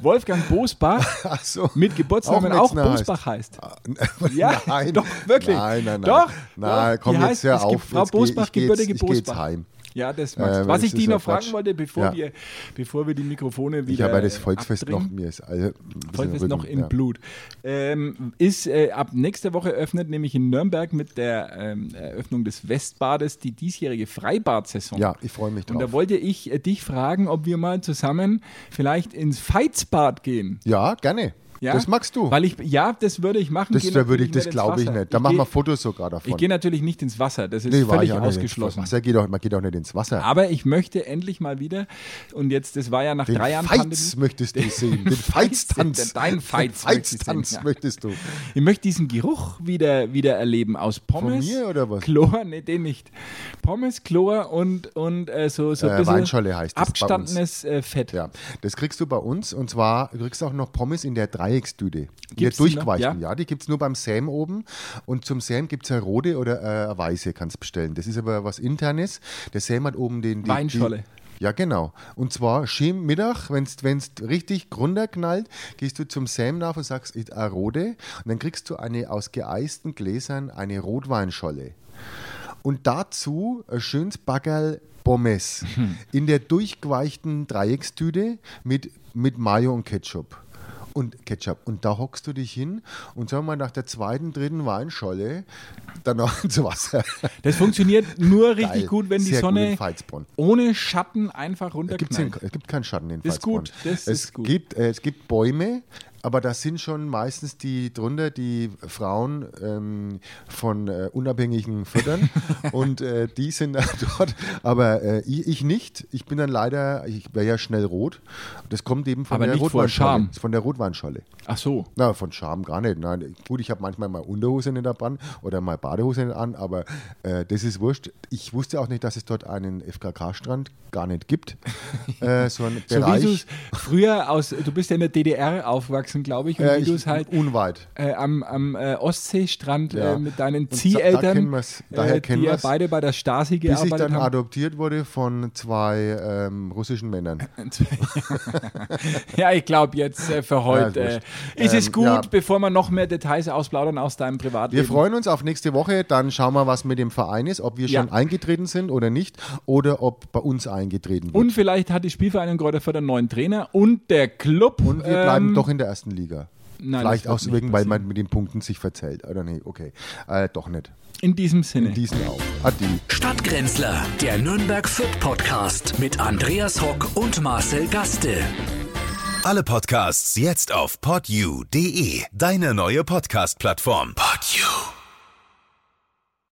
[SPEAKER 2] Wolfgang Bosbach
[SPEAKER 3] Ach so.
[SPEAKER 2] mit Geburtsnamen auch,
[SPEAKER 3] Metzner
[SPEAKER 2] Bosbach heißt?
[SPEAKER 3] heißt.
[SPEAKER 2] Ja,
[SPEAKER 3] Ah, nein.
[SPEAKER 2] doch, wirklich.
[SPEAKER 3] Nein, nein, nein.
[SPEAKER 2] Doch,
[SPEAKER 3] nein,
[SPEAKER 2] doch.
[SPEAKER 3] komm
[SPEAKER 2] Die heißt-
[SPEAKER 3] jetzt hör
[SPEAKER 2] es gibt
[SPEAKER 3] auf.
[SPEAKER 2] Frau
[SPEAKER 3] Jetzt geh-
[SPEAKER 2] bosbach
[SPEAKER 3] ich geh jetzt-
[SPEAKER 2] gebürtige
[SPEAKER 3] Ich geh
[SPEAKER 2] Bosbach.
[SPEAKER 3] jetzt heim.
[SPEAKER 2] Ja, das magst
[SPEAKER 3] Äh,
[SPEAKER 2] du. Was
[SPEAKER 3] das
[SPEAKER 2] ich dich
[SPEAKER 3] ist ja
[SPEAKER 2] noch fragen
[SPEAKER 3] Quatsch.
[SPEAKER 2] wollte, bevor,
[SPEAKER 3] Ja.
[SPEAKER 2] wir, bevor wir die Mikrofone
[SPEAKER 3] Ich
[SPEAKER 2] wieder.
[SPEAKER 3] habe ja das
[SPEAKER 2] äh,
[SPEAKER 3] Volksfest
[SPEAKER 2] abdrehen.
[SPEAKER 3] noch mir ist also,
[SPEAKER 2] Volksfest noch im
[SPEAKER 3] ja.
[SPEAKER 2] Blut. Ähm, ist äh, ab nächster Woche eröffnet, nämlich in Nürnberg mit der ähm, Eröffnung des Westbades, die diesjährige Freibad-Saison.
[SPEAKER 3] Ja, ich freue mich
[SPEAKER 2] Und da
[SPEAKER 3] drauf.
[SPEAKER 2] wollte ich äh, dich fragen, ob wir mal zusammen vielleicht ins Veitsbad gehen.
[SPEAKER 3] Ja, gerne.
[SPEAKER 2] Ja?
[SPEAKER 3] Das magst du.
[SPEAKER 2] Weil ich, ja, das würde ich machen.
[SPEAKER 3] das
[SPEAKER 2] Geh
[SPEAKER 3] da würde ich,
[SPEAKER 2] natürlich
[SPEAKER 3] das
[SPEAKER 2] ins
[SPEAKER 3] glaube ich
[SPEAKER 2] Wasser.
[SPEAKER 3] nicht. Da machen wir
[SPEAKER 2] geh-
[SPEAKER 3] Fotos sogar davon.
[SPEAKER 2] Ich gehe natürlich nicht ins Wasser, das ist
[SPEAKER 3] Nee, war
[SPEAKER 2] völlig
[SPEAKER 3] ich auch nicht.
[SPEAKER 2] ausgeschlossen.
[SPEAKER 3] Wasser geht doch, man geht auch nicht ins Wasser.
[SPEAKER 2] Aber ich möchte endlich mal wieder, und jetzt, das war ja nach
[SPEAKER 3] den
[SPEAKER 2] drei Jahren
[SPEAKER 3] Feiz möchtest du sehen. Den Feiztanz.
[SPEAKER 2] Dein Feiz
[SPEAKER 3] Den
[SPEAKER 2] möchte ich sehen,
[SPEAKER 3] Feiztanz
[SPEAKER 2] ja.
[SPEAKER 3] möchtest du.
[SPEAKER 2] Ich möchte diesen Geruch wieder, wieder erleben aus Pommes.
[SPEAKER 3] mir oder was?
[SPEAKER 2] Chlor, nee, den nicht. Pommes, Chlor und, und äh, so, so
[SPEAKER 3] Äh,
[SPEAKER 2] ein bisschen
[SPEAKER 3] Weinscholle heißt das bei uns.
[SPEAKER 2] abgestandenes äh, Fett.
[SPEAKER 3] Ja, das kriegst du bei uns und zwar du kriegst auch noch Pommes in der Dreiecksdüde. In
[SPEAKER 2] Gibt's
[SPEAKER 3] der
[SPEAKER 2] die noch?
[SPEAKER 3] durchgeweichten,
[SPEAKER 2] Ja.
[SPEAKER 3] ja. Die gibt es nur beim Sam oben und zum Sam gibt es eine rote oder äh, eine weiße, kannst bestellen. Das ist aber was internes. Der Sam hat oben den. Die,
[SPEAKER 2] Weinscholle.
[SPEAKER 3] Die, ja, genau. Und zwar schön Mittag, wenn es richtig runterknallt, gehst du zum Sam nach und sagst, ich äh, eine rote. Und dann kriegst du eine aus geeisten Gläsern eine Rotweinscholle. Und dazu ein schönes Baggerl Pommes in der durchgeweichten Dreieckstüte mit, mit Mayo und Ketchup. Und Ketchup. Und da hockst du dich hin und sagen wir mal nach der zweiten, dritten Weinscholle dann noch ins Wasser.
[SPEAKER 2] Das funktioniert nur richtig
[SPEAKER 3] Geil.
[SPEAKER 2] gut, wenn die
[SPEAKER 3] Sehr gut
[SPEAKER 2] Sonne
[SPEAKER 3] in Veitsbronn.
[SPEAKER 2] ohne Schatten einfach
[SPEAKER 3] Gibt's den,
[SPEAKER 2] runterknallt.
[SPEAKER 3] es gibt keinen Schatten in
[SPEAKER 2] Das ist
[SPEAKER 3] Pfalzborn.
[SPEAKER 2] gut, das
[SPEAKER 3] es
[SPEAKER 2] ist gut.
[SPEAKER 3] Gibt, äh, es gibt Bäume, aber das sind schon meistens die drunter, die Frauen ähm, von äh, Unabhängigen fördern und äh, die sind dann dort, aber äh, ich, ich nicht. Ich bin dann leider, ich wäre ja schnell rot. Das kommt eben von
[SPEAKER 2] Aber
[SPEAKER 3] der
[SPEAKER 2] nicht vor
[SPEAKER 3] Rotweinscholle.
[SPEAKER 2] Scham.
[SPEAKER 3] Von der Rotweinscholle.
[SPEAKER 2] Ach so.
[SPEAKER 3] Na, von Scham gar nicht. Nein, gut, ich habe manchmal mal Unterhose nicht an oder mal Badehose nicht an, aber äh, das ist wurscht. Ich wusste auch nicht, dass es dort einen FKK-Strand gar nicht gibt. äh, so ein
[SPEAKER 2] So wie du
[SPEAKER 3] Bereich.
[SPEAKER 2] früher aus, du bist ja in der DDR aufgewachsen, glaube ich, und
[SPEAKER 3] äh,
[SPEAKER 2] wie du es
[SPEAKER 3] ich,
[SPEAKER 2] halt
[SPEAKER 3] unweit.
[SPEAKER 2] äh, am, am äh, Ostseestrand
[SPEAKER 3] Ja.
[SPEAKER 2] äh, mit deinen
[SPEAKER 3] Und da- da
[SPEAKER 2] Zieheltern,
[SPEAKER 3] kennen wir's. Daher
[SPEAKER 2] äh, die
[SPEAKER 3] kennen
[SPEAKER 2] ja
[SPEAKER 3] wir's.
[SPEAKER 2] beide bei der Stasi
[SPEAKER 3] Bis ich
[SPEAKER 2] gearbeitet
[SPEAKER 3] dann
[SPEAKER 2] haben.
[SPEAKER 3] adoptiert wurde von zwei ähm, russischen Männern.
[SPEAKER 2] ja, ich glaube jetzt äh, für heute
[SPEAKER 3] Ja,
[SPEAKER 2] äh,
[SPEAKER 3] ist
[SPEAKER 2] ist es
[SPEAKER 3] Ähm,
[SPEAKER 2] gut,
[SPEAKER 3] ja.
[SPEAKER 2] bevor wir noch mehr Details ausplaudern aus deinem
[SPEAKER 3] Wir
[SPEAKER 2] Privatleben.
[SPEAKER 3] freuen uns auf nächste Woche. Dann schauen wir, was mit dem Verein ist, ob wir
[SPEAKER 2] Ja.
[SPEAKER 3] schon eingetreten sind oder nicht oder ob bei uns eingetreten wird.
[SPEAKER 2] und vielleicht hat die Spielvereinigung Kräuterfurt einen neuen Trainer und der Club. ähm,
[SPEAKER 3] Und wir bleiben doch in der ersten Liga.
[SPEAKER 2] nein,
[SPEAKER 3] Vielleicht
[SPEAKER 2] das wird
[SPEAKER 3] aus
[SPEAKER 2] nicht
[SPEAKER 3] wegen, weil man mit den Punkten sich verzählt. Oder nee, okay. Äh, doch nicht.
[SPEAKER 2] in diesem Sinne.
[SPEAKER 3] In diesem auch. Adi.
[SPEAKER 1] Stadtgrenzler, der Nürnberg Fit Podcast mit Andreas Hock und Marcel Gaste.
[SPEAKER 5] Alle Podcasts jetzt auf podyou.de, deine neue Podcast-Plattform. Podyou.